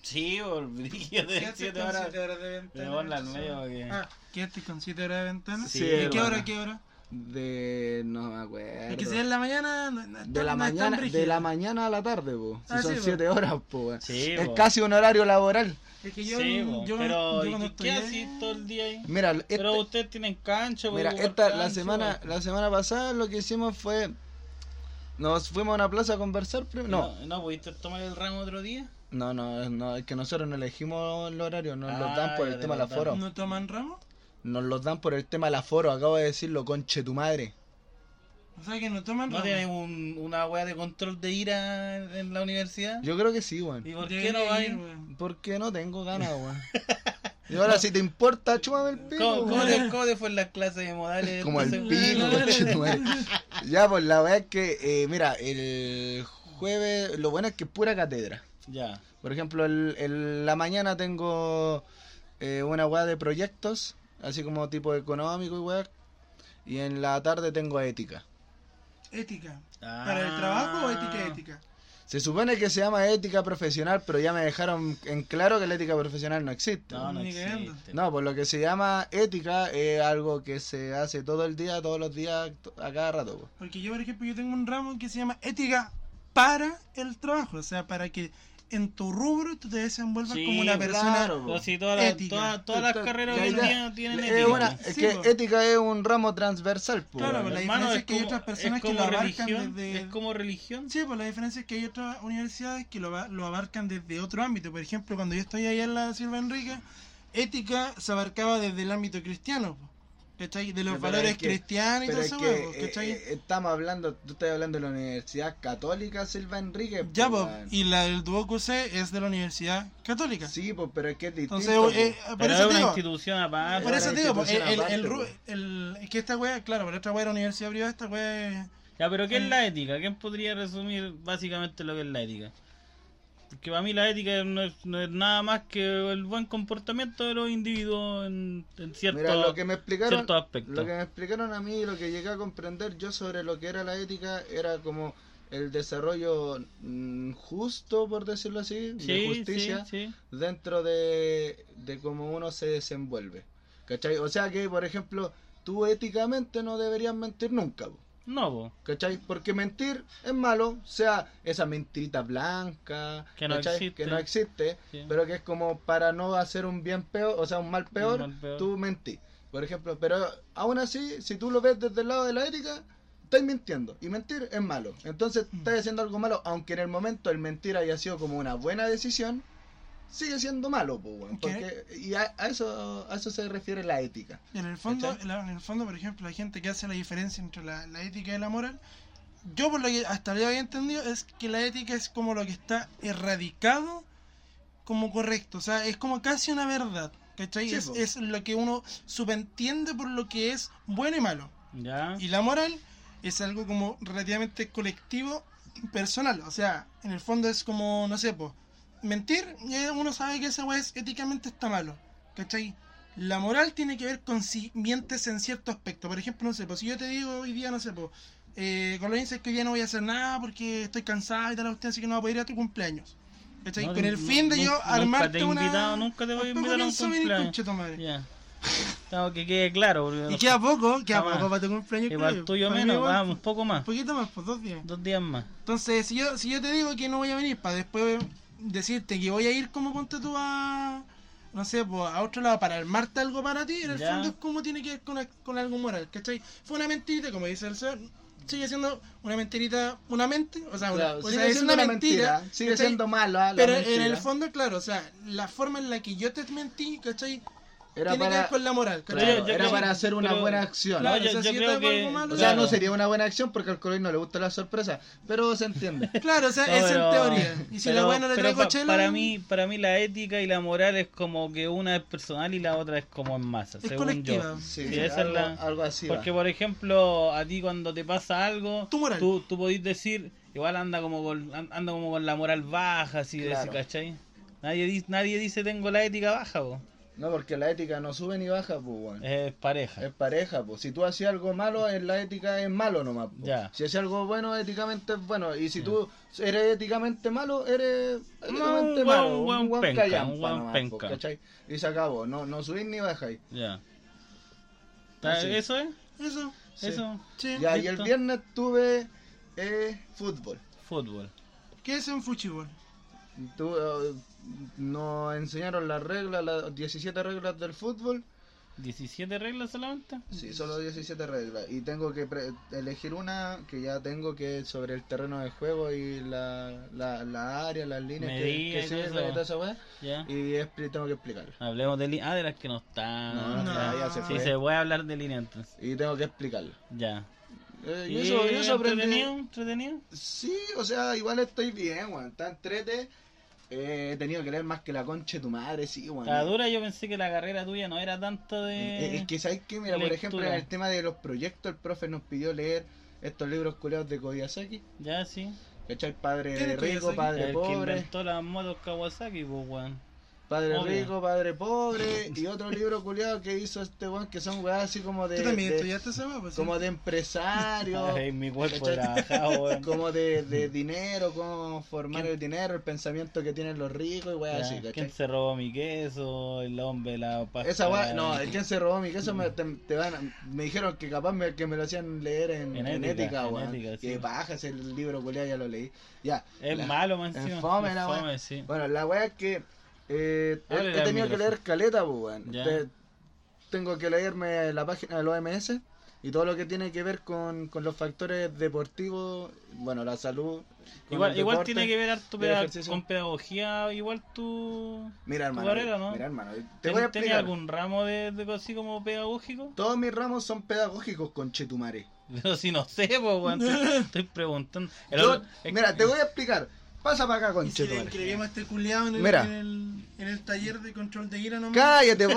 Sí, por brillo ¿Qué de haces 7 con horas. siete horas de Me ventana? voy al medio que. Ah, ¿qué haces con 7 horas de ventana? Sí, ¿Y qué hermano. hora, qué hora? De. No me acuerdo. Es que si es la mañana, no, no es de tan- la no es tan mañana brígido. de la mañana a la tarde, po. Si Ah, son sí, po. 7 horas, po. weón. Sí, es po. casi un horario laboral. Es que yo, sí, yo, po, yo pero cuando ¿y qué- qué estudié- haces todo el día ahí? Mira, este- Pero ustedes tienen cancha, po, mira, jugar esta la cancha, semana po. la semana pasada lo que hicimos fue nos fuimos a una plaza a conversar, pero no, no, no, pudiste tomar el ramo otro día. no, no, no, es que nosotros no elegimos el horario, nos lo Ah, dan por ya el te tema del lo dan. aforo. ¿No toman ramo? Nos los dan por el tema del aforo, acabo de decirlo, conche tu madre. O sea que no toman ¿No ramo. tienen un- una wea de control de ira en, en la universidad? Yo creo que sí, weón. ¿Y por qué Debería no ir, van? weón. Porque no tengo ganas, weón. Y ahora, si te importa, chúpame el pico. ¿Cómo, cómo, weón. te, ¿Cómo te fue en las clases de modales? Como el Entonces, pico, weón. conchetumare. Ya, pues la verdad es que, eh, mira, el jueves, lo bueno es que es pura cátedra. Ya, Por ejemplo, el, el- la mañana tengo eh, una weá de proyectos, así como tipo económico y weá. Y en la tarde tengo ética. Ética. Ah. ¿Para el trabajo o ética ética? Se supone que se llama ética profesional, pero ya me dejaron en claro que la ética profesional no existe. no, no Ni cagando. existe. No, pues lo que se llama ética es algo que se hace todo el día, todos los días, to- a cada rato. po. Porque yo, por ejemplo, yo tengo un ramo que se llama ética para el trabajo. O sea, para que en tu rubro tú te desenvuelvas Sí, como una persona. claro, Pero si todas las- Ética. todas- todas las Está- carreras la hoy en idea- día tienen es ética. una- Eh, es Sí, que po. ética es un ramo transversal, po, Claro, weón. pero la Hermano, diferencia es que hay otras personas es que lo como abarcan religión, desde- Es como religión. Sí, pues la diferencia es que hay otras universidades que lo, aba- lo abarcan desde otro ámbito. Por ejemplo, cuando yo estoy allá en la Silva Enrique, ética se abarcaba desde el ámbito cristiano. po, ¿Cachai? De los Pero valores es que- cristianos y Pero todo es eso, que huevo, eh, ¿cachai? eh, estamos hablando, tú estás hablando de la Universidad Católica Silva Enrique. po, ya, pues, weón. y la del Duocuse es de la Universidad Católica. Sí, po, pero es que es distinto. Entonces, po. eh, por Pero eso es te una digo, institución aparte. por Era eso una te digo, po, el, institución el, el aparte, pues. ru- el- es que esta wea, claro, pero esta wea era universidad privada, esta wea es- Ya, pero ¿qué es la ética? ¿Quién podría resumir básicamente lo que es la ética? Porque para mí la ética no es, no es nada más que el buen comportamiento de los individuos en, en eh, ciertos Mira, lo que me explicaron, cierto aspecto. lo que me explicaron a mí y lo que llegué a comprender yo sobre lo que era la ética era como el desarrollo mm, justo, por decirlo así, de Sí, sí, justicia sí. dentro de, de cómo uno se desenvuelve. ¿Cachai? O sea que, por ejemplo, tú éticamente no deberías mentir nunca. po, No, po, ¿Cachai? Porque mentir es malo, o sea, esa mentirita blanca, Que no ¿cachai? existe. que no existe, Sí. pero que es como para no hacer un bien peor, o sea, un mal peor, mal peor. tú mentís. Por ejemplo, pero aún así, si tú lo ves desde el lado de la ética, estás mintiendo. Y mentir es malo. Entonces, Mm. estás haciendo algo malo, aunque en el momento el mentir haya sido como una buena decisión, sigue siendo malo, po, weón, Ok. porque Y a, a eso, a eso se refiere la ética. Y En el fondo, ¿Cachai? la- en el fondo, por ejemplo, la gente que hace la diferencia entre la, la ética y la moral, yo por lo que hasta le había entendido es que la ética es como lo que está erradicado como correcto, o sea, es como casi una verdad, ¿cachai? Sí, es, po. es lo que uno subentiende por lo que es bueno y malo. ya. Y la moral es algo como relativamente colectivo, personal, o sea, en el fondo es como, no sé, po, mentir, ya uno sabe que esa weá es éticamente está malo, ¿cachai? La moral tiene que ver con si mientes en cierto aspecto. Por ejemplo, no sé, pues si yo te digo hoy día, no sé, pues, eh, Colón dice que hoy día no voy a hacer nada porque estoy cansada y tal, usted, así que no voy a poder ir a tu cumpleaños. ¿Cachai? No, Con el no- fin de nu- yo nunca armarte te he una. invitado, nunca te voy a Tampoco invitar a un pienso venir, cumpleaños. conchetumadre. Ya. Estamos que quede claro. porque- Y queda poco, queda Jamás. poco para tu pues, cumpleaños. Igual creo. tuyo Para mí menos, igual, vamos, un poco más. Un poquito más, pues dos días. Dos días más. Entonces, si yo, si yo te digo que no voy a venir para después decirte que voy a ir como ponte tú a. No sé, pues, a otro lado para armarte algo para ti, en el Ya. fondo es como tiene que ver con, con algo moral, ¿cachai? Fue una mentirita, como dice el señor, sigue siendo una mentirita, una mente, o sea, una- Claro, o sigue sea, es siendo una una mentira, mentira, sigue ¿cachai? siendo malo, ah, la Pero en mentira. el fondo, claro, o sea, la forma en la que yo te mentí, ¿cachai? Era tiene que para, ver con la moral, ¿cachai? claro, Yo- yo era creo- para hacer una pero- buena acción. No, Claro, yo- o sea, yo si yo creo te hago que- algo malo, O sea, claro. no sería una buena acción porque al Colorín no le gusta la sorpresa, pero se entiende. Claro, o sea, No, es pero- en teoría. Y si la pero- buena le pero traigo pa- chela. Para mí, para mí la ética y la moral es como que una es personal y la otra es como en masa, Es según colectiva. yo. Sí, Sí, esa es algo, la- algo así. va. Porque por ejemplo, a ti cuando te pasa algo, Tu moral. tú, tú podís decir, igual anda como con, an- anda como con la moral baja, así de Claro. ¿cachai? Nadie, di- nadie dice tengo la ética baja, po". No, porque la ética no sube ni baja, pues, weón. es pareja. Es pareja, pues. Si tú haces algo malo, en la ética es malo nomás. po. Ya. Si haces algo bueno, éticamente es bueno. Y si tú eres éticamente malo, eres éticamente un malo. hueón- hueón penca, callampa un hueón nomás, po, penca. ¿cachai? Y se acabó. No, no subís ni bajáis. Ya. Así. Ah, ¿Eso es? Eso, Sí. Eso, sí. Ya, y el listo. viernes tuve eh, fútbol. fútbol. ¿Qué es un fuchibol? Tu- eh, nos enseñaron las reglas, las 17 reglas del fútbol. 17 reglas solamente. Sí, solo 17 reglas. Y tengo que pre- elegir una que ya tengo que sobre el terreno de juego y la, la, la área, las líneas que- Medida que, y todo sirven eso. Ah. y toda esa weá. Ya. Y expli- tengo que explicarla. Hablemos de líneas. Ah, de las que no están. No, no, no, Ya. ya se Sí, fue. se puede hablar de línea entonces. Y tengo que explicarla. Ya. Eh, y ¿Y eso, y eso aprendí. entretenido? ¿Entretenido? Sí, o sea, igual estoy bien, weón. Está entrete. Eh, he tenido que leer más que la concha de tu madre, sí, weón. La dura yo pensé que la carrera tuya no era tanto Eh, de... Es que sabes que, mira, por lectura. ejemplo, en el tema de los proyectos, el profe nos pidió leer estos libros culeados de Kodiasaki. Ya, sí. ¿Cachai? ¿Quién Padre es rico, Kiyosaki? padre El que pobre. inventó las motos Kawasaki, pues, weón. Padre Obvio. rico, padre pobre. Y otro libro culiado que hizo este weón, que son weas así como de. Tú también de- estudiaste esa weá, pues. como de empresario. Ay, mi cuerpo ¿cachai? era bajado, weón. Como de, de dinero, cómo formar ¿Quién? el dinero, el pensamiento que tienen los ricos y Ya, weas así, ¿Quién ¿cachai? se robó mi queso? El hombre, la pasta. Esa wea, no, el quien se robó mi queso Mm. me, te- te van a- me dijeron que capaz me, que me lo hacían leer en, En en ética, ética, en weón. ética, sí. Que baja ese libro culiado, ya lo leí. Ya. Es la- malo, man. es encima. fome Es la fome, wea. sí. Bueno, la wea es que eh, he, Ábrele he al tenido que micrófono. leer caleta, pues, weón. Ya. Te- Tengo que leerme la página del OMS y todo lo que tiene que ver con, con los factores deportivos, bueno, la salud. con Igual, el igual deporte. tiene que ver harto del peda- ejercicio. con pedagogía, igual tú... Mira, hermano. carrera, ¿no? Mira, hermano. Te ¿Ten- voy a ¿Tenés explicar. algún ramo de, de así como pedagógico? Todos mis ramos son pedagógicos con Chetumare. Pero si no sé, pues, weón. te- Estoy preguntando. El Yo- otro- es- mira, te voy a explicar. Pasa para acá con Y si le Chetumare. inscribimos a este culiado en el, Mira. en, el, en el taller de control de ira nomás. Cállate vos,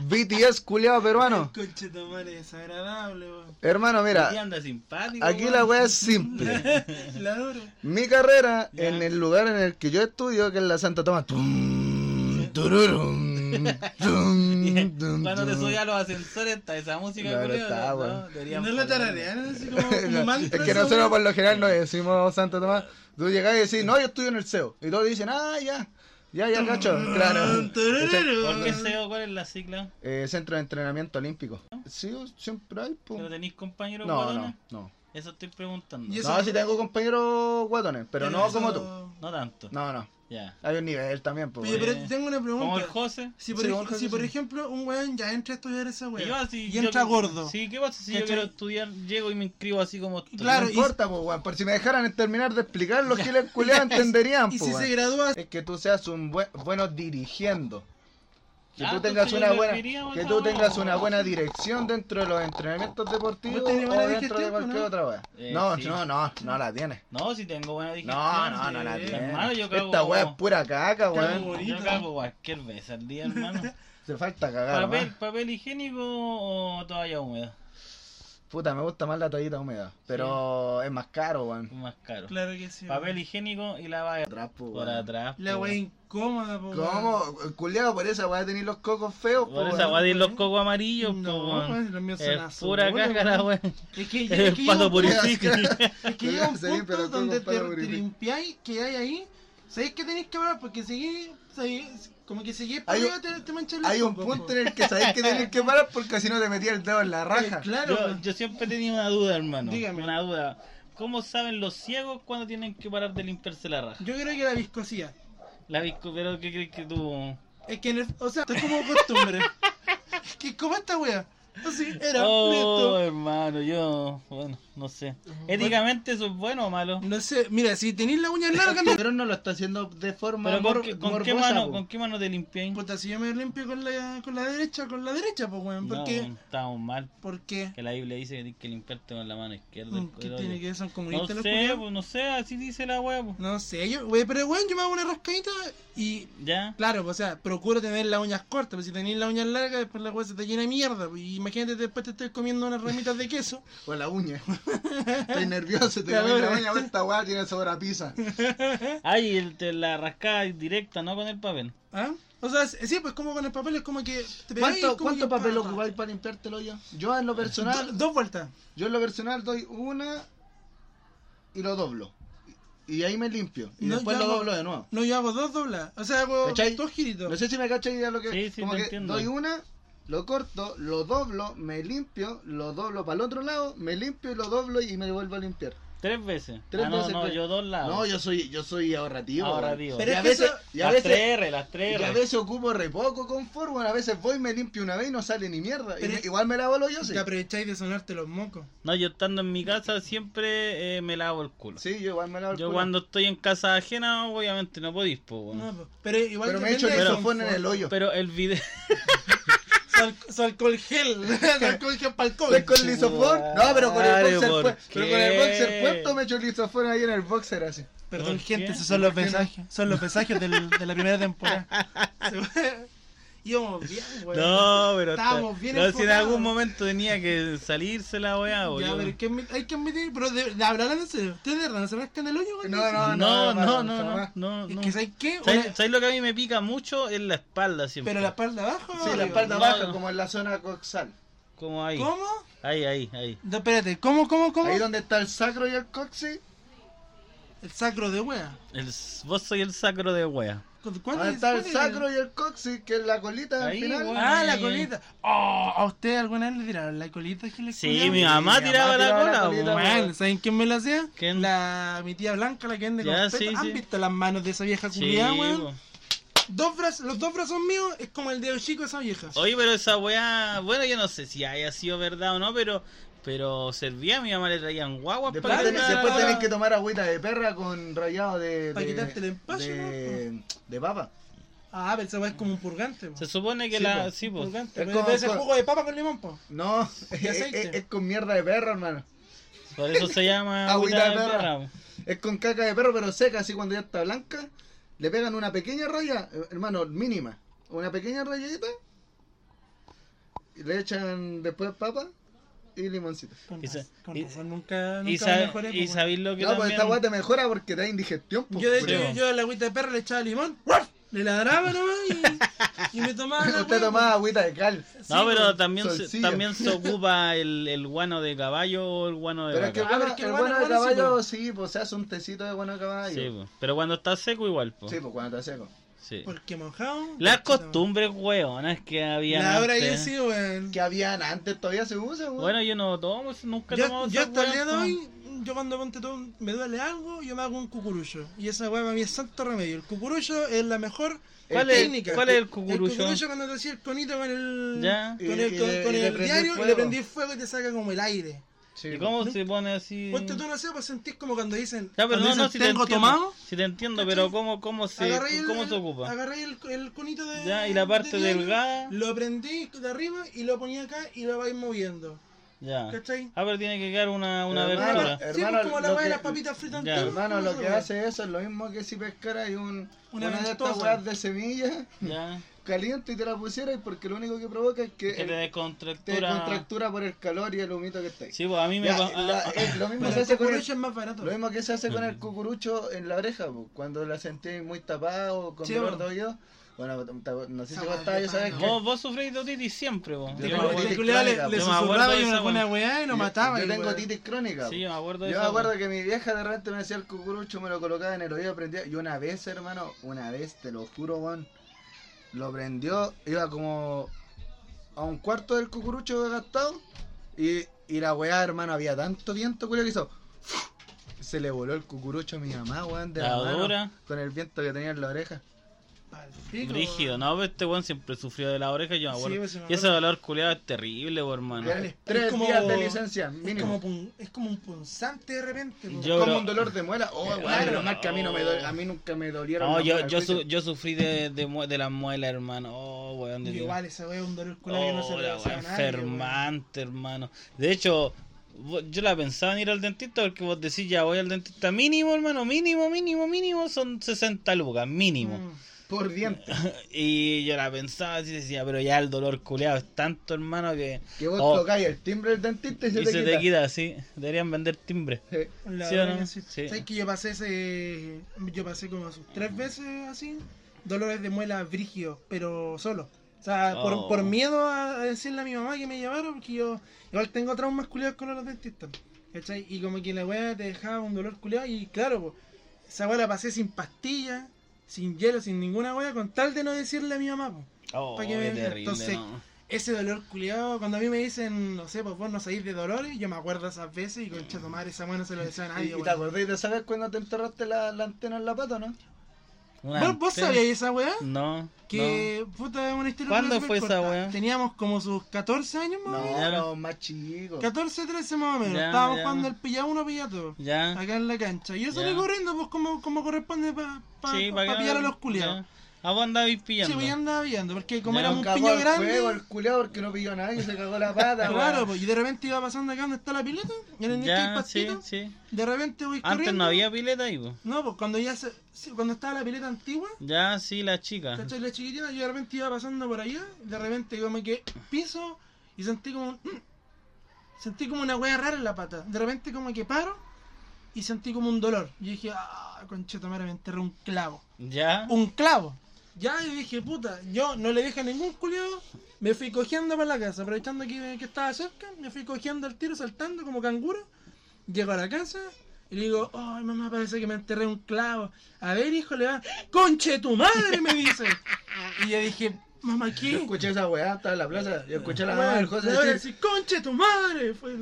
BTS culiado peruano. Conche tu madre, desagradable, weón. Hermano, Y mira, anda simpático. aquí weón. la wea es simple. La duro. Mi carrera Ya. en el lugar en el que yo estudio, que es la Santa Tomás. Tum, tururum, tum, tum, Cuando te tum. subí a los ascensores, está esa música, Claro, culiao, está, no, weón. no, No deberíamos la ¿eh? ponerla. tararean así como, como No, mantra. es que esa nosotros weá. por lo general no decimos Santa Tomás. Tú llegas y decís, no, yo estudio en el CEO. Y todos dicen, ah, ya, ya, ya, cacho. Claro. Tururú. ¿Por qué SEO? ¿Cuál es la sigla? Eh, centro de entrenamiento olímpico. Sí, siempre hay. po. ¿Pero tenéis compañeros No, guatones? no, no. Eso estoy preguntando. Y eso- No, sí tengo compañeros guatones, pero no como tú. No tanto. No, no. Ya. Hay un nivel también, po, Oye, weón. pero te tengo una Como el pregunta. José. Si por, Sí, ej- Jorge, si sí, por sí. ejemplo un weón ya entra a estudiar esa Y yo weá así- y yo- entra gordo. Sí, ¿qué pasa si yo ¿Cachai? quiero estudiar? Llego y me inscribo así como estoy. Claro, No y- importa, po, weón. Por si me dejaran terminar de explicar, los giles culiados entenderían, Y po, si weón. se gradúa es que tú seas un buen bueno dirigiendo. Que Ah, tú entonces tengas yo una lo buena diría, que weón, tú no, tengas no. una buena dirección dentro de los entrenamientos deportivos Vos o tenés buena dentro de digestión, cualquier ¿no? otra wea. Eh, no, sí. no, no, no la tienes. No, si tengo buena digestión. No, no, no la sí. tienes. Hermano, yo cago Esta wea como- es pura caca, como- weón. Yo cago cualquier vez al día, hermano. Se falta cagar, ¿Papel, weón. papel higiénico o toalla húmeda? Puta, me gusta más la toallita húmeda, pero es más caro, Es weón. más caro. Claro que sí. Papel higiénico y la valla Atrás, po, por weón. atrás. La po. weá incómoda, po, weón. ¿Cómo? Culeado, por esa weá tenéis los cocos feos, po, Por esa weón. weá de los cocos amarillos, No, po, weón, weón. los míos son Es azules, pura caca la weá. Es que, es Es que pato llega un punto- purifique. es que llega un Sí, pero punto tú, donde te, compadre, te purifica. limpiáis, quedáis ahí. ¿Sabéis que tenéis que hablar? Porque seguís, seguís- Como que se lleva Hay un- arriba, te, te mancha el Hay un ojo, punto po. en el que sabéis que tenés que parar porque si no te metía el dedo en la raja. Eh, Claro. Yo, yo siempre tenía una duda, hermano. Dígame. Una duda. ¿Cómo saben los ciegos cuando tienen que parar de limpiarse la raja? Yo creo que la viscosidad. La disco, pero ¿qué crees que tú? Es que, en el- o sea, esto es como costumbre. que como esta wea. Así era Oh, neto. hermano, yo, bueno, no sé. Éticamente eso es bueno o malo. No sé, mira, si tenéis la uña larga, no. Pero no lo está haciendo de forma Pero con, mor- qué, con qué morbosa, mano, po. con qué mano te limpiáis? Puta, si yo me limpio con la, con la derecha, con la derecha, pues weón. ¿Por No, qué? estamos mal. ¿Por qué? Que la Biblia dice que tienes que limpiarte con la mano izquierda. Mm, el Mm, ¿Qué cuero, tiene yo- que ver? ¿Son No comunistas los sé, culiados? pues, no sé, así dice la wea, pues. No sé, yo, wey, pero weón, yo me hago una rascadita y. Ya. Claro, pues, o sea, procuro tener las uñas cortas, pero si tenéis las uñas largas, después la weá se te llena de mierda. pues, y imagínate, después te estoy comiendo unas ramitas de queso. O la uña. Estoy nervioso, te Ya, voy la bueno. uña, esta weá tiene sabor a pizza. Ay, el- te la rascada directa, no con el papel. ¿Ah? O sea, es- sí, pues como con el papel, es como que. Te pegáis, ¿Cuánto, como cuánto que- papel pa, pa. ocupáis para limpiarte el hoyo? Yo en lo personal, Do- dos vueltas. yo en lo personal doy una y lo doblo. Y y ahí me limpio. Y No, después yo lo hago- doblo de nuevo. No, yo hago dos doblas. O sea, hago ¿Cachai? dos giritos. No sé si me cacho a lo que. Sí, sí, como te que entiendo. Doy una, lo corto, lo doblo, me limpio, lo doblo para el otro lado, me limpio y lo doblo y me vuelvo a limpiar. Tres veces. Tres ah, no, veces no, que- yo dos lados. No, yo soy, yo soy ahorrativo. weón. Ahorrativo. Y Pero a es que veces, eso- y a las veces, 3R, las y 3R. a veces ocupo re poco con forward, a veces voy y me limpio una vez y no sale ni mierda. Y Pero me- es- igual me lavo el hoyo, sí. Te aprovecháis de sonarte los mocos. No, yo estando en mi casa siempre eh, me lavo el culo. Sí, yo igual me lavo el yo culo. cuando estoy en casa ajena, obviamente no podís, po, weón. No, pues, pero igual. Pero me echo el depende de- sofón en el hoyo. Pero el video. Su, al- su alcohol gel. su alcohol gel para el Estoy COVID. con el lisofón. No, pero con el Madre, boxer, ¿por pues- pero con el qué? boxer puesto me echo el lisofón ahí en el boxer así. Perdón, ¿Por gente, qué? esos son los ¿Por qué no? mensajes. Son los mensajes del- de la primera temporada. Se fue. Íbamos bien, güey. No, pero Estábamos está- bien no, si en enfocados. algún momento tenía que salirse la weá, Ya, boludo. pero hay que admit- hay que admitir, pero de, de hablar en serio. ¿Ustedes de verdad no se rascan el hoyo, güey? No, No, no, no, no, no, jamás. no, no. Es que, ¿sabes qué? ¿Sabes- Una- ¿Sabes lo que a mí me pica mucho? Es la espalda siempre. Pero la espalda abajo. Sí, la arriba? espalda No, baja, no. como en la zona coxal. Como ahí. ¿Cómo? Ahí, ahí, ahí. No, espérate, ¿cómo, cómo, cómo? Ahí donde está el sacro y el coxis. El sacro de wea. El, vos soy el sacro de wea. ¿Con- ¿Cuál Ahí es- está el cuál es? sacro y el coxis, que es la colita al Ahí, final. weón. Ah, la Ay. colita. Oh, ¿a usted alguna vez le tiraron la colita que le Sí, culiaban? mi mamá mi tiraba mamá la tiraba la cola. colita, po. weón. Bueno, Ah, ¿saben quién me la hacía? ¿Quién? La mi tía Blanca, la que anda con Ya, peto. sí, ¿Han sí. visto las manos de esa vieja Sí, culiada, weón? po. Dos brazos, los dos brazos míos es como el dedo chico de esa vieja. Oye, pero esa weá, bueno, yo no sé si haya sido verdad o no, pero pero servía, a mi mamá le traían guaguas Después, para Claro, tenés, que la- después claro. tenés que tomar agüita de perra con rayado de. Pa' de- quitarte el empacho, De, de papa. Ah, pero esa weá es como un purgante, po. Se supone que Sí, la... po. Sí, po. Purgante, Es pero como- debe ser como- jugo de papa con limón, po. No, es, Y aceite. es- es con mierda de perro, hermano. Por eso se llama Agüita de agüita perra. po. Es con caca de perro, pero seca, así cuando ya está blanca. Le pegan una pequeña raya, eh, hermano, mínima. Una pequeña rayadita. Y le echan después papa y limoncito. Con Y sa- razón, con y- razón, nunca, Y, nunca sa- mejoré, po, y weón. sabéis lo que No, pues también... esta weá te mejora porque te da indigestión. pues, Yo, de culiao. hecho, Creo. yo a la agüita de perra le echaba limón, ¡guaf! le ladraba nomás y, y me tomaba la Usted agua. tomaba agüita de cal. No, Sí, pero po. también se, solcilla. también se ocupa el, el guano de caballo o el guano de Pero es que el vaca. Ah, pero bueno, es que el bueno, bueno de bueno, sí, caballo, po. sí, pues se hace un tecito de bueno de caballo. Sí, po. Pero cuando está seco igual, po. Sí, pues cuando está seco. Sí. Porque mojado. Las puta, costumbres weonas que había La hora yo antes. sí, weón. Que habían antes, todavía se usa, weón. Bueno, yo no tomo, nunca he tomado Yo, yo esas hasta el weas, día de po. hoy, yo cuando ponte todo, me duele algo, yo me hago un cucurullo. Y esa weá para mí es santo remedio. El cucurullo es la mejor ¿Cuál es- técnica. cuál es el cucurullo? El cucurullo cuando te hacía el conito con el, Ya. con Y- el, y con, le- con y le el prendí diario y le fuego. prendí fuego y te saca como el aire. Sí, ¿Y pues. cómo se pone así? Ponte tú, no sé, pues sentís como cuando dicen, Ya, pero cuando no, dicen no, si te tengo entiendo. tomado. Si te entiendo, ¿cachai? pero ¿cómo, cómo, se, Agarré el- cómo se ocupa? Agarré el, el conito de. Ya, y la parte diario, delgada. Lo prendí de arriba y lo ponía acá y lo vais moviendo. Ya. ¿Cachai? Ah, pero tiene que quedar una, una Hermano, verdura. eh, sí, hermano, pues como la lo weá de que- las papitas fritas Ya. antiguas, Hermano, como lo que esa weá. hace eso es lo mismo que si pescara y un, Una una, de estas ventosa. weas de semillas Eh, Ya. caliente y te la pusieras porque lo único que provoca es que Que te el- te descontractura. contractura por el calor y el humito que está ahí. Sí, pues a mí me Ya, pa- la- ah, eh, lo Pero mismo el se hace con el- cucurucho es más barato. lo mismo que se hace con el cucurucho en la oreja, po, cuando la sentí muy tapada o con Sí, dolor po. de oído. Bueno, ta- no sé si Ah, vos estabas, de ya sabes pana. que Vos, vos sufrís de otitis siempre, vos. Yo Yo El me tengo acuerdo- otitis culiao le, crónica, le yo me acuerdo susurraba de y esa una buena weá. weá y lo Yo- mataba. Yo el tengo weón. titis crónica. Sí, po. yo me acuerdo de Yo me esa acuerdo weá. que mi vieja de repente me decía el cucurucho, me lo colocaba en el oído, prendía. Y una vez, hermano, una vez, te lo juro, weón, lo prendió, iba como a un cuarto del cucurucho gastado y, y la weá, hermano, había tanto viento, culiao, que hizo. Se le voló el cucurucho a mi mamá, weón, de la, La mano, dura. con el viento que tenía en la oreja. Palpico, Rígido, no, pero este weón siempre sufrió de la oreja, yo me Sí, acuerdo. pues, sí me y ese acuerdo. dolor culeado es terrible, por hermano. Ya, Es Tres como- días de licencia, Es mínimo. como, pun- es como un punzante de repente. po. Yo- como pero- un dolor de muela. Oh, weón, Claro. menos mal que a mí, no me dol- a mí nunca me dolieron. No, las yo, muelas, yo, su- culiao. yo sufrí de, de, mue- de las muelas, hermano. Oh, weón, de Yo Dios. igual, esa wea es un dolor Oh, culo que no se le la desea weá a nadie, enfermante, hermano. De hecho, vo- yo la pensaba en ir al dentista porque vos decís, ya voy al dentista mínimo, hermano, mínimo, mínimo, mínimo, son 60 lucas, mínimo. weón. Mm. Por dientes. Y yo la pensaba así, decía, pero ya el dolor culeado es tanto, hermano, que... Que vos Oh, tocáis el timbre del dentista y se y te se quita. te quita, sí. Deberían vender timbre. Sí. La ¿Sí o verdad no? que sí. Sí. ¿Sabes que yo pasé ese. Yo pasé como sus tres veces así. Dolores de muela brígidos, pero solo. O sea, por, Oh. por miedo a a decirle a mi mamá que me llevaron, porque yo igual tengo traumas culiados con los dentistas. ¿Cachai? Y como que la weá te dejaba un dolor culiado y claro, po, esa weá la pasé sin pastillas, sin hielo, sin ninguna weá, con tal de no decirle a mi mamá. po. Oh, Pa' qué que vean, terrible, entonces- ¿no? Ese dolor culiado, cuando a mí me dicen, no sé, pues vos no sabéis de dolores, yo me acuerdo esas veces y con tomar esa weá no se lo decía a ¿Y, nadie. y weón. te acordás de saber cuando te enterraste la, la antena en la pata, no? Una ¿Vos, vos antena. sabíais esa weá? No, no. Que puta es una historia. ¿Cuándo súper fue esa corta. weá? Teníamos como sus 14 años más o menos. No, Claro. no, más chico. 14, 13 más o menos. Ya, Estábamos ya. jugando el pilla uno, pilla todo. Ya. Acá en la cancha. Y yo salí Ya. corriendo, pues como, como corresponde para pa, Sí, pa pa' que- pillar a los culiados. ya. ¿A vos andabais Sí, pillando? pues yo andaba pillando, porque como Ya, éramos un Cagó piño el grande. juego el culiao porque no pilló a nadie, se cagó la pata, Claro, weón. pues, y de repente iba pasando acá donde está la pileta, en este el que hay Ya, sí, pastito, sí. de repente voy Antes corriendo. no había pileta ahí, po. No, pues cuando ya se, sí, cuando estaba la pileta antigua, Ya, sí, la chica. ¿Cachai? La chiquitina, yo de repente iba pasando por allá, de repente yo me quedé piso y sentí como un- mm, Sentí como una wea rara en la pata. De repente como que paro y sentí como un dolor. Yo dije, ah, concheta madre, me enterré un clavo. Ya. Un clavo. Ya, y dije, puta, yo no le dije a ningún culiado. Me fui cogiendo para la casa, aprovechando que, que estaba cerca, me fui cogiendo al tiro, saltando como canguro. Llego a la casa y le digo, ay mamá, parece que me enterré un clavo. A ver, hijo, le va, conche tu madre, me dice. Y yo dije, mamá, Yo ¿qué? escuché esa weá, estaba en la plaza. Yo escuché a la mamá Weón, del le José voy a decir, decir, conche tu madre. Fue...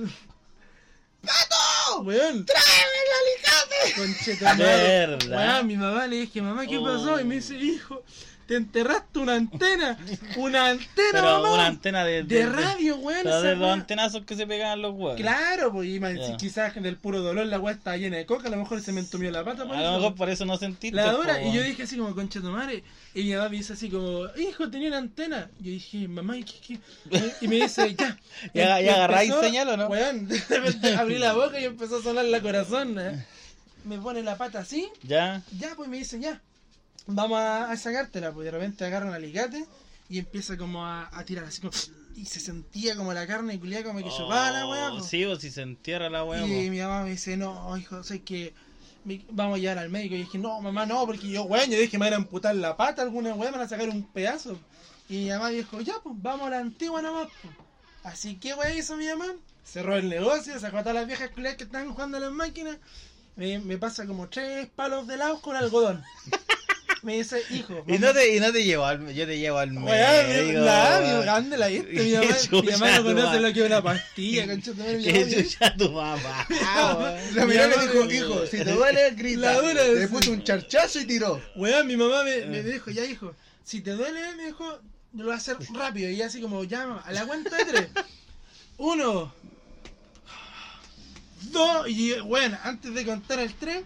¡Pato! Weón. ¡Tráeme el alicate! Conche tu madre. Verdad. Weón, mi mamá le dije, mamá, ¿qué Oh. pasó? Y me dice, hijo, te enterraste una antena. Una antena, Pero mamá. una antena de... de, radio, weón. pero esa de los weá. antenazos que se pegaban los huevos. Claro, pues, y más, Ya. si quizás del puro dolor la weá estaba llena de coca, a lo mejor se me entumió la pata. por A eso. lo mejor por eso no sentiste. La hora, po, y yo weón. dije así como, concha tu madre. Y mi mamá me dice así como, hijo, tenía una antena. Yo dije, mamá, ¿y qué? qué? Y me dice, ya. em, ¿Y aga- y empezó- agarráis señal o no? Weón, de repente abrí la boca y empezó a sonar la corazón. ¿eh? Me pone la pata así, Ya. ya, pues me dice, ya. Vamos a, a sacártela, pues de repente agarra un alicate y empieza como a, a tirar así como. Y se sentía como la carne culiada como que chupaba la weá. Oh, pues. Sí, o si se entierra la weá, Y po. mi mamá me dice, no, hijo, sé que me- vamos a llevar al médico. Y dije, no, mamá, no, porque yo, weón, yo dije, me van a amputar la pata, alguna weón, me van a sacar un pedazo. Y mi mamá dijo, ya, pues, vamos a la antigua nomás, pues. Así que, weón, hizo mi mamá. Cerró el negocio, sacó a todas las viejas culiadas que estaban jugando a las máquinas. Me, me pasa como tres palos de lado con algodón. me dice, hijo. Y mamá, no te, y no te llevo al, yo te llevo al médico. Weón, la mi weón. grande la viste, mi Qué mamá, mi chucha, mamá no conoce weón. lo que es una pastilla, conchetumare, mi mamá, Que chucha tu mamá. La miró y Mi le mamá dijo, me- hijo, si te duele, grita. La dura Le es- puso un charchazo y tiró. Weón, mi mamá me, Eh. me dijo, ya hijo, si te duele, me dijo, lo voy a hacer rápido. Y así como, ya, mamá, a la cuenta de tres. Uno. Dos. Y bueno, antes de contar el tres.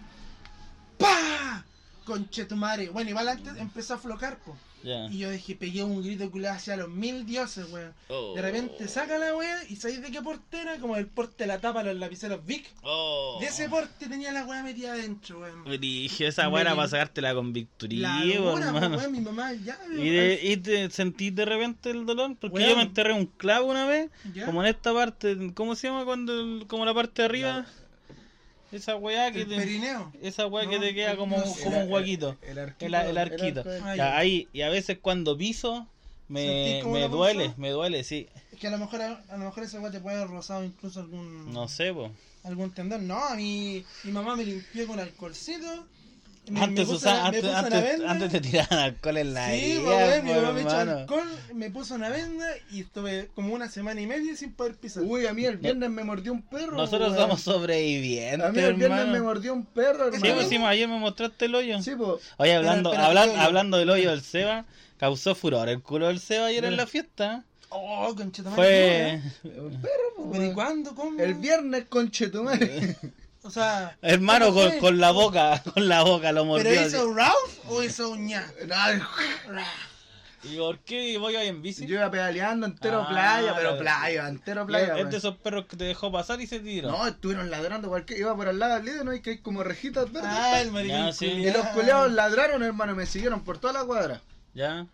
¡Pah! Conche tu madre. Bueno, igual antes empezó a flocar, po. Ya. Y yo dije, pegué un grito culado hacia los mil dioses, weón. Oh. De repente saca la weá y sabéis de qué porte era, como el porte de la tapa, los lapiceros Vic. Oh. De ese porte tenía la weá metida adentro, weón. Dije, esa weá era Me- para sacarte la convicturía, La locura, po, hermano. weón, mi mamá ya. ¿Y, de, ¿Y te sentí de repente el dolor? Porque Weón. yo me enterré un clavo una vez, Ya. como en esta parte, ¿cómo se llama? cuando el- Como la parte de arriba. Esa weá que El te, perineo. esa weá No, que te queda el- como, no sé. como un huequito. El arquito. El, el arquito. arco del- Ya, Ah, ya. ahí, y a veces cuando piso, me, ¿Sentís como me una duele, punzada? me duele, sí. Es que a lo mejor a, lo mejor esa weá te puede haber rozado incluso algún No sé, po. algún tendón. No, a mí mi mamá me limpió con alcoholcito. me- me Antes, puso usa- una- me antes, puso una antes- venda. antes te tiraban alcohol en la Sí, herida, pues, weón, mi pues, mamá me echó hermano. alcohol, me puso una venda y estuve como una semana y media sin poder pisar. Uy, a mí el viernes me mordió un perro. Nosotros weón. somos A sobrevivientes, mí el viernes me hermano. mordió un perro, Sí, hermano. pues, sí, ayer me mostraste el hoyo. Sí, po. pues, Oye, hablando, Pero, pero, hablan- pero, yo- hablando del hoyo del Seba, causó furor el culo del Seba ayer en la fiesta. Oh, conchetamare. Fue... Un perro, pues, po, ¿Pero y weón. cuándo? ¿Cómo? El viernes, conchetumare. O sea. Hermano, ¿cómo con, fue? con la boca, con la boca lo mordió. ¿Pero así. hizo Ralph o hizo ña? ¿Y por qué voy ahí en bici? Yo iba pedaleando entero Ah, playa, la- pero playa, entero Y playa. es weón. de esos perros que te dejó pasar y se tiró. No, estuvieron ladrando cualquier. Iba por al lado del líder, ¿no? Y que hay como rejitas verdes. Ah, el maricón. Ya, sí. culiao. y los culeados ladraron, hermano, y me siguieron por toda la cuadra. Ya,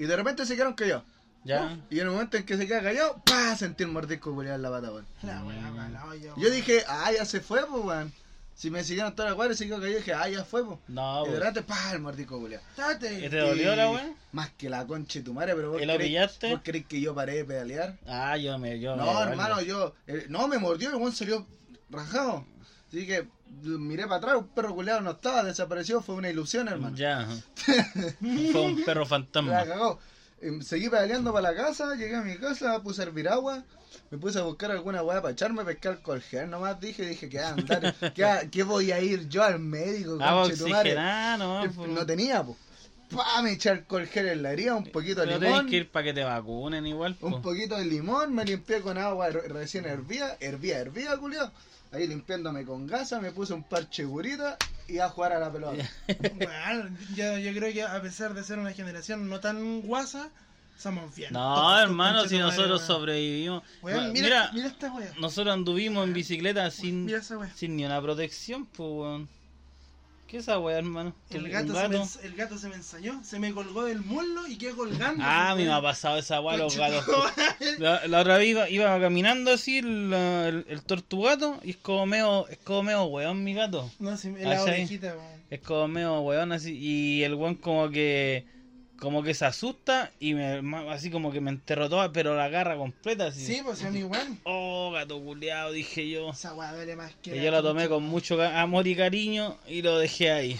Y de repente se quedaron callados. ya. Y en el momento en que se queda callado, ¡pa! Sentí el mordisco culeado en la pata, weón. La weá, weá, la olla, Yo weá. dije, ah, ya se fue, pues, weón. Si me siguieron toda la cuadra y se quedó callado, dije, ah, ya fue, pues. No, y de pues. repente, pa, el mordisco culeado. ¿Y Tate. este te dolió la weá? Más que la concha de tu madre, pero vos ¿Y lo pillaste? vos crees que yo paré de pedalear. Ah, yo me. Yo No, me- hermano, yo. eh, no, me mordió y el weón salió rajado. Así que miré para atrás, un perro culeado no estaba, desapareció, fue una ilusión, hermano. Ya. Fue un perro La fantasma. cagó. Em, Seguí pedaleando para la casa, llegué a mi casa, puse a hervir agua, me puse a buscar alguna weá para echarme, pescar alcohol gel, nomás dije, dije que andar, que, que voy a ir yo al médico, Ah, conchetumare? oxigenada, no. Em, pues. No tenía, po. Pa, me eché alcohol gel en la herida, un poquito de Pero tenés limón, que ir para que te vacunen igual. po. un poquito de limón, me limpié con agua re- recién hervía, hervía, hervía, culiao. Ahí limpiándome con gasa, me puse un parche de curita y a jugar a la pelota. Weá, yo, yo creo que a pesar de ser una generación no tan guasa, somos bien. No, tontos, hermano, si conchetumare, nosotros weá. sobrevivimos. Weá, No, mira, mira esta weá. Nosotros anduvimos en bicicleta sin, Mira esa weá. sin ni una protección, pues, weón. ¿Qué es esa weá, hermano? El ¿Un gato, Se me, ens- el gato se me ensañó, se me colgó del muslo y quedé colgando. Ah, weón. me ha pasado esa weá, los gatos. Conchetumare. La, la otra vez iba, iba caminando así la- el, el tortugato y es como medio, es como medio weón mi gato. No, sí, en la Ah, sí. orejita, weón. Es como medio weón así y el weón como que como que se asusta y me ma- así como que me enterró toda pero la garra completa así. Sí, pues a mí weón. Oh, gato culeado, dije yo. Esa weá duele más que. Y yo lo tomé con mucho ga- amor y cariño y lo dejé ahí.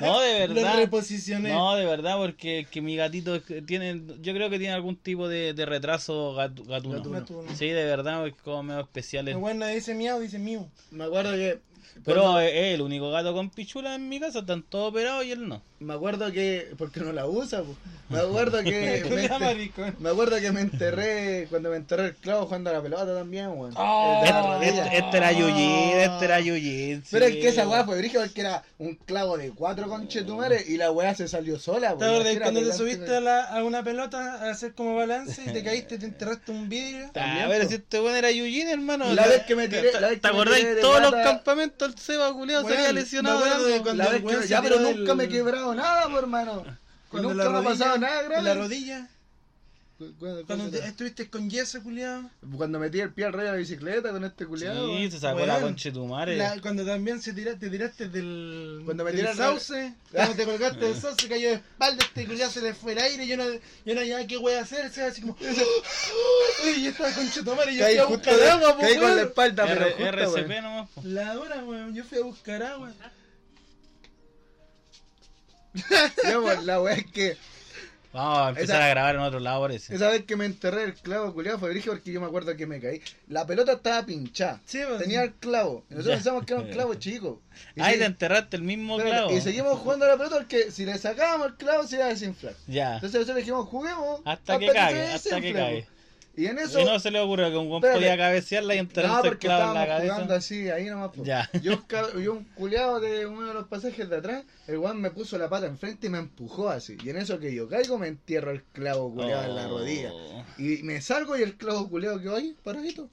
No, de Lo verdad. reposicioné. No, de verdad, porque que mi gatito es que tiene, yo creo que tiene algún tipo de, de retraso gatu- gatuno. Gatuno. Gatuno. Sí, de verdad, es como medio especial. El es- weón no dice miau, dice miau. Me acuerdo que Pero es es el único gato con pichula en mi casa, están todos operados y él no. Me acuerdo que. Porque no la usa, po. Me acuerdo que. me, Ya, enter- maricón. me acuerdo que me enterré. Cuando me enterré el clavo jugando a la pelota también, weón. Oh, El de la Este- rodilla. este, este era Yujin, este era Yujin. Pero sí. es que esa weá fue brígida porque era un clavo de cuatro conchetumares y la weá se salió sola, ¿Te acuerdas weón. cuando te subiste a, la- a una pelota a hacer como balance y te caíste, te enterraste un vidrio? Ah, A ver, si este weón era Yujin, hermano. La o sea, vez que me tiré- la vez ¿Te que me acordáis? tiré de Todos los pata- campamentos el Seba culeado se Weón, había me lesionado. acuerdo de de algo. cuando La el vez que- weón se ya, pero tiró del- nunca me he quebrado nada, po, hermano. Y Cuando nunca me ha rodilla- pasado nada grave. La rodilla. Cu- cu- Cuando Cuando, te- estuviste con yeso, culiado. metí el pie al rayo de la bicicleta con este culiado. Sí, weón. se sacó Weón. la conchetumare. La- cuando también se tira- te tiraste del, Cuando me del tiré al- sauce, cuando te colgaste del sauce, cayó de espalda, este culiado se le fue el aire, yo no, yo no sabía qué voy a hacer, se así como... y yo estaba con Chetomare y yo Caí fui a justo buscar agua, po, caí con la weón. espalda, pero R- justo, RCP weón. nomás. po. La hora, weón, yo fui a buscar agua. Ya, pues, La weá es que. Vamos a empezar Esa- a grabar en otro lado, parece. Esa vez que me enterré el clavo culiado fue brígido porque yo me acuerdo que me caí. La pelota estaba pinchada. Sí, pues. tenía el clavo. Y Nosotros Ya. pensamos que era un clavo chico. Y, Ahí si- te enterraste el mismo espérate, clavo. y seguimos jugando a la pelota porque si le sacábamos el clavo se iba a desinflar. Ya. Entonces nosotros dijimos, juguemos. Hasta, que se cague, hasta que desinfle, cague. pues. Y en eso. Y no se le ocurre que un guan Espérate. podía cabecearla y no, enterrarse el porque clavo en la estábamos jugando cabeza. así, ahí nomás. pues. Ya. Yo, ca- yo un culeado de uno de los pasajes de atrás, el guan me puso la pata enfrente y me empujó así. Y en eso que yo caigo me entierro el clavo culeado en la Oh. rodilla. Y me salgo y el clavo culeado que ahí, paradito.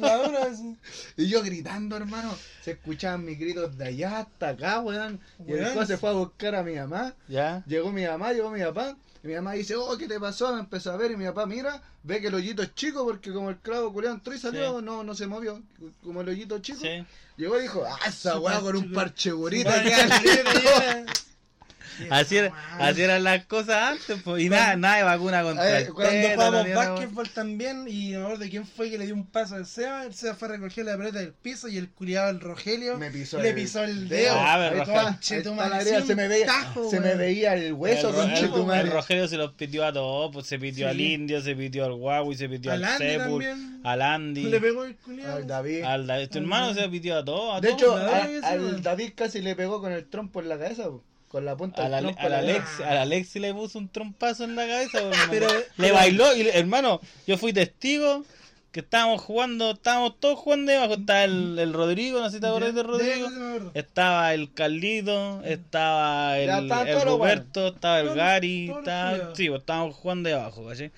La hora, así. Y yo gritando, hermano. Se escuchaban mis gritos de allá hasta acá, weón. Y el Weón. hijo se fue a buscar a mi mamá. Ya. Llegó mi mamá, llegó mi papá. Y mi mamá dice, oh, ¿qué te pasó? Me empezó a ver. Y mi papá mira, ve que el hoyito es chico porque como el clavo culeado entró y salió, Sí. no, no se movió. Como el hoyito es chico. Sí. Llegó y dijo, ah, esa Su weá con parche un cu- parche Su burrito. parche queda curita, rico". ya. Así, era- así eran las cosas antes, pues. Y nada, nada de vacuna contra el Ay, Eh, Cuando tétano, ni jugamos nada, básquetbol también, y me acuerdo quién fue que le dio un paso al Seba, el Seba fue a recoger la pelota del piso y el culiado del Rogelio Oh, Me pisó le el pisó el dedo. dedo. Ah, pero Ahí Ahí Rogelio. está, está, ahí está chetumare, la herida, sí, se me veía, tajo, se me weón. veía el hueso el, con Rogelio- chetumare. el Rogelio se los pidió a todos, pues se pidió Sí. al Indio, se pidió al Huawei, se pidió Al al Andy Sepul, también. al Andy, Le pegó el Al culiado. David. al David. Tu hermano se pidió a todos. A De todos, hecho, ¿no? a- David, sí, al weón. David casi le pegó con el trompo en la cabeza, po. con la punta A la, del trompo. a la en la Alex, a la Alexi le puso un trompazo en la cabeza, po, hermano. Pero- le bailó y le- hermano, yo fui testigo que estábamos jugando, estábamos todos jugando debajo, estaba el, el Rodrigo, no sé si te acuerdas de Rodrigo. Ya, ya, ya me acuerdo. Estaba el Carlito, estaba el, Ya estaban el todos los Roberto, estaba el Todos- Gary, todos los estaba, culiados. sí, pues, estábamos jugando de abajo, ¿cachai?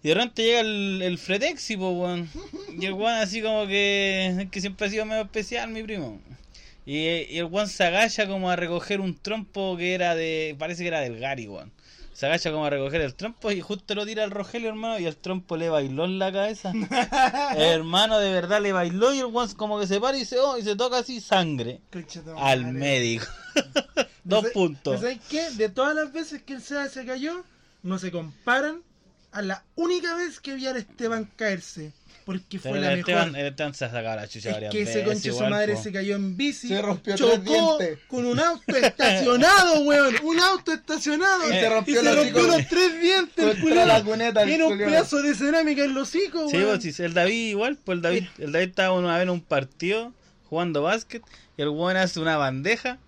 Y de repente llega el, el Fretexi, po, weón. Y el weón así como que, que siempre ha sido medio especial, mi primo. Y, y el weón se agacha como a recoger un trompo que era de, parece que era del Gary, weón. Se agacha como a recoger el trompo y justo lo tira al Rogelio, hermano, y el trompo le bailó en la cabeza. El hermano de verdad le bailó y el weón como que se para y se, oh, y se toca así sangre. Conchetumare. Al médico. Dos ¿Sabes- puntos. ¿Sabes qué? De todas las veces que el Seba se cayó, no se comparan a la única vez que vi al Esteban caerse. Porque Pero fue el la Esteban, mejor. el Esteban se ha sacado la chucha Es varias que ese veces. conche su igual, madre po. se cayó en bici. Se rompió tres chocó dientes. con un auto estacionado, weón. Un auto estacionado. Y se rompió y se el rompió hocico. los tres dientes. el Contra culiao. la cuneta, el Tiene un culiao. pedazo de cerámica en los hocico, Sí, weón. pues, sí, el David igual, pues el David, el David estaba una vez en un partido jugando básquet y el weón hace una bandeja,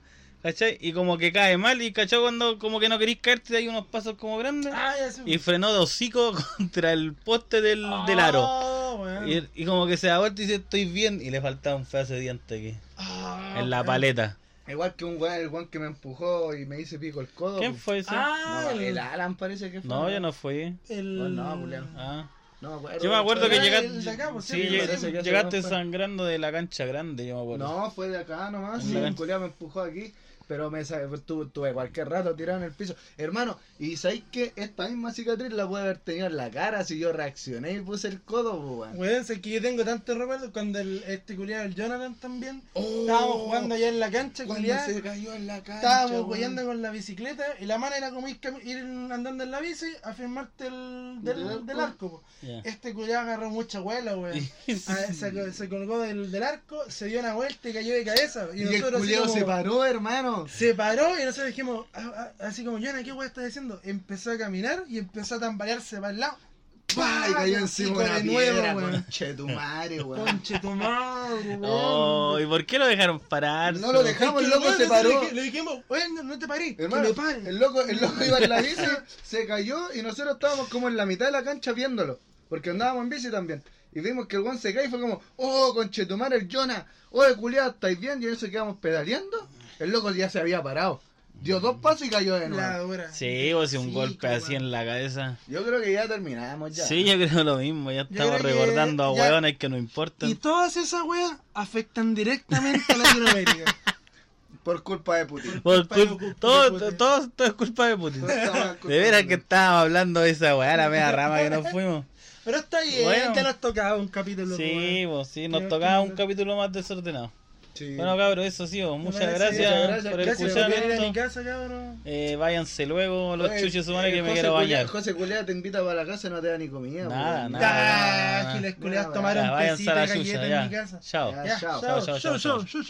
¿cachai? Y como que cae mal y cachó cuando como que no querís caerte hay unos pasos como grandes Ah, ya se- y frenó de hocico contra el poste del, del aro. Ah, weón. Y, y como que se da vuelta y dice estoy bien y le faltaba un pedazo de diente aquí, Ah, en la weón. paleta. Igual que un weón, el weón que me empujó y me hice pico el codo. ¿Quién po. fue ese? Ah, No, el- el Alan parece que fue. No, yo no fui. el- Oh, no, culiao. Ah. No me acuerdo. Yo me acuerdo que Ah, llegaste, el de acá, pues, sí, sí, lleg- parece que llegaste ese fue. sangrando de la cancha grande, yo me acuerdo. No, fue de acá nomás. Sí. Sí, un culiao me empujó aquí. Pero me sa- tu- tuve cualquier rato tirado en el piso. Hermano, ¿y sabéis que esta misma cicatriz la puede haber tenido en la cara si yo reaccioné y puse el codo, po, weón? Weón, sé que yo tengo tantos recuerdos cuando el, este culiado, el Jonathan también, Oh, Oh. estábamos jugando allá en la cancha, culiado, cayó en la cara. estábamos guiando con la bicicleta y la mano era como ir, cami- ir andando en la bici a firmarte el, del, ¿Del del arco? arco. po. Ya. Este culiado agarró mucha huela, weón. A- se, co- se colgó del, del arco, se dio una vuelta y cayó de cabeza. Y, Y, el nosotros así culeo como- se paró, hermano. se paró y nosotros dijimos, ah, ah, así como, Jonah, ¿qué weón estás diciendo? Empezó a caminar y empezó a tambalearse para el lado. ¡Pah! Ah, Y cayó Y encima con una de nuevo, piedra, weón. conche tu madre, weón. Conche tu madre, weón. Oh, ¿y por qué lo dejaron parar? No lo dejamos, Es el que loco weón, se nosotros paró. le dij- Le dijimos, weón, no- no te parís, que Hermano, me paren. el loco, el loco iba en la bici, se cayó y nosotros estábamos como en la mitad de la cancha viéndolo. Porque andábamos en bici también. Y vimos que el weón se cae y fue como, oh, conchetumar el Jonah, oye culiado, ¿estáis bien? Y eso quedamos pedaleando. El loco ya se había parado. Dio dos pasos y cayó de La nuevo. dura. Sí, o sea, un Sí, golpe como- así en la cabeza. Yo creo que ya terminamos ya. Sí, yo creo lo mismo, ya creo estamos que recordando a ya- hueones que no importan. Y todas esas weas afectan directamente a Latinoamérica. Por culpa de Putin. Por culpa de cul- Putin, todo, de todo, Putin. todo es culpa de Putin. Todo estaba De culpa veras de que Putin. estábamos hablando de esa weá, la media rama que nos fuimos. Pero está bien, Bueno. ya nos tocaba un capítulo. Sí, weón. pues sí, nos Creo tocaba que- un capítulo más desordenado. Sí. Bueno, cabros, eso sí, vos. muchas parece- gracias, muchas gracias, por Gracias escuchar por venir a esto. mi casa, cabrón. Eh, váyanse luego, los Oye, chuches humanos eh, que me José quiero Culea- bañar. José Culea te invita para la casa y no te da ni comida. Nada, weón. nada. Ah, que les Nada, culiados tomaron Ya, váyanse a tecita la galleta chucha, en mi ya. casa. Chao. Ya, Ya, chao. Chao, chao, chao, chao, chao, chao, chao.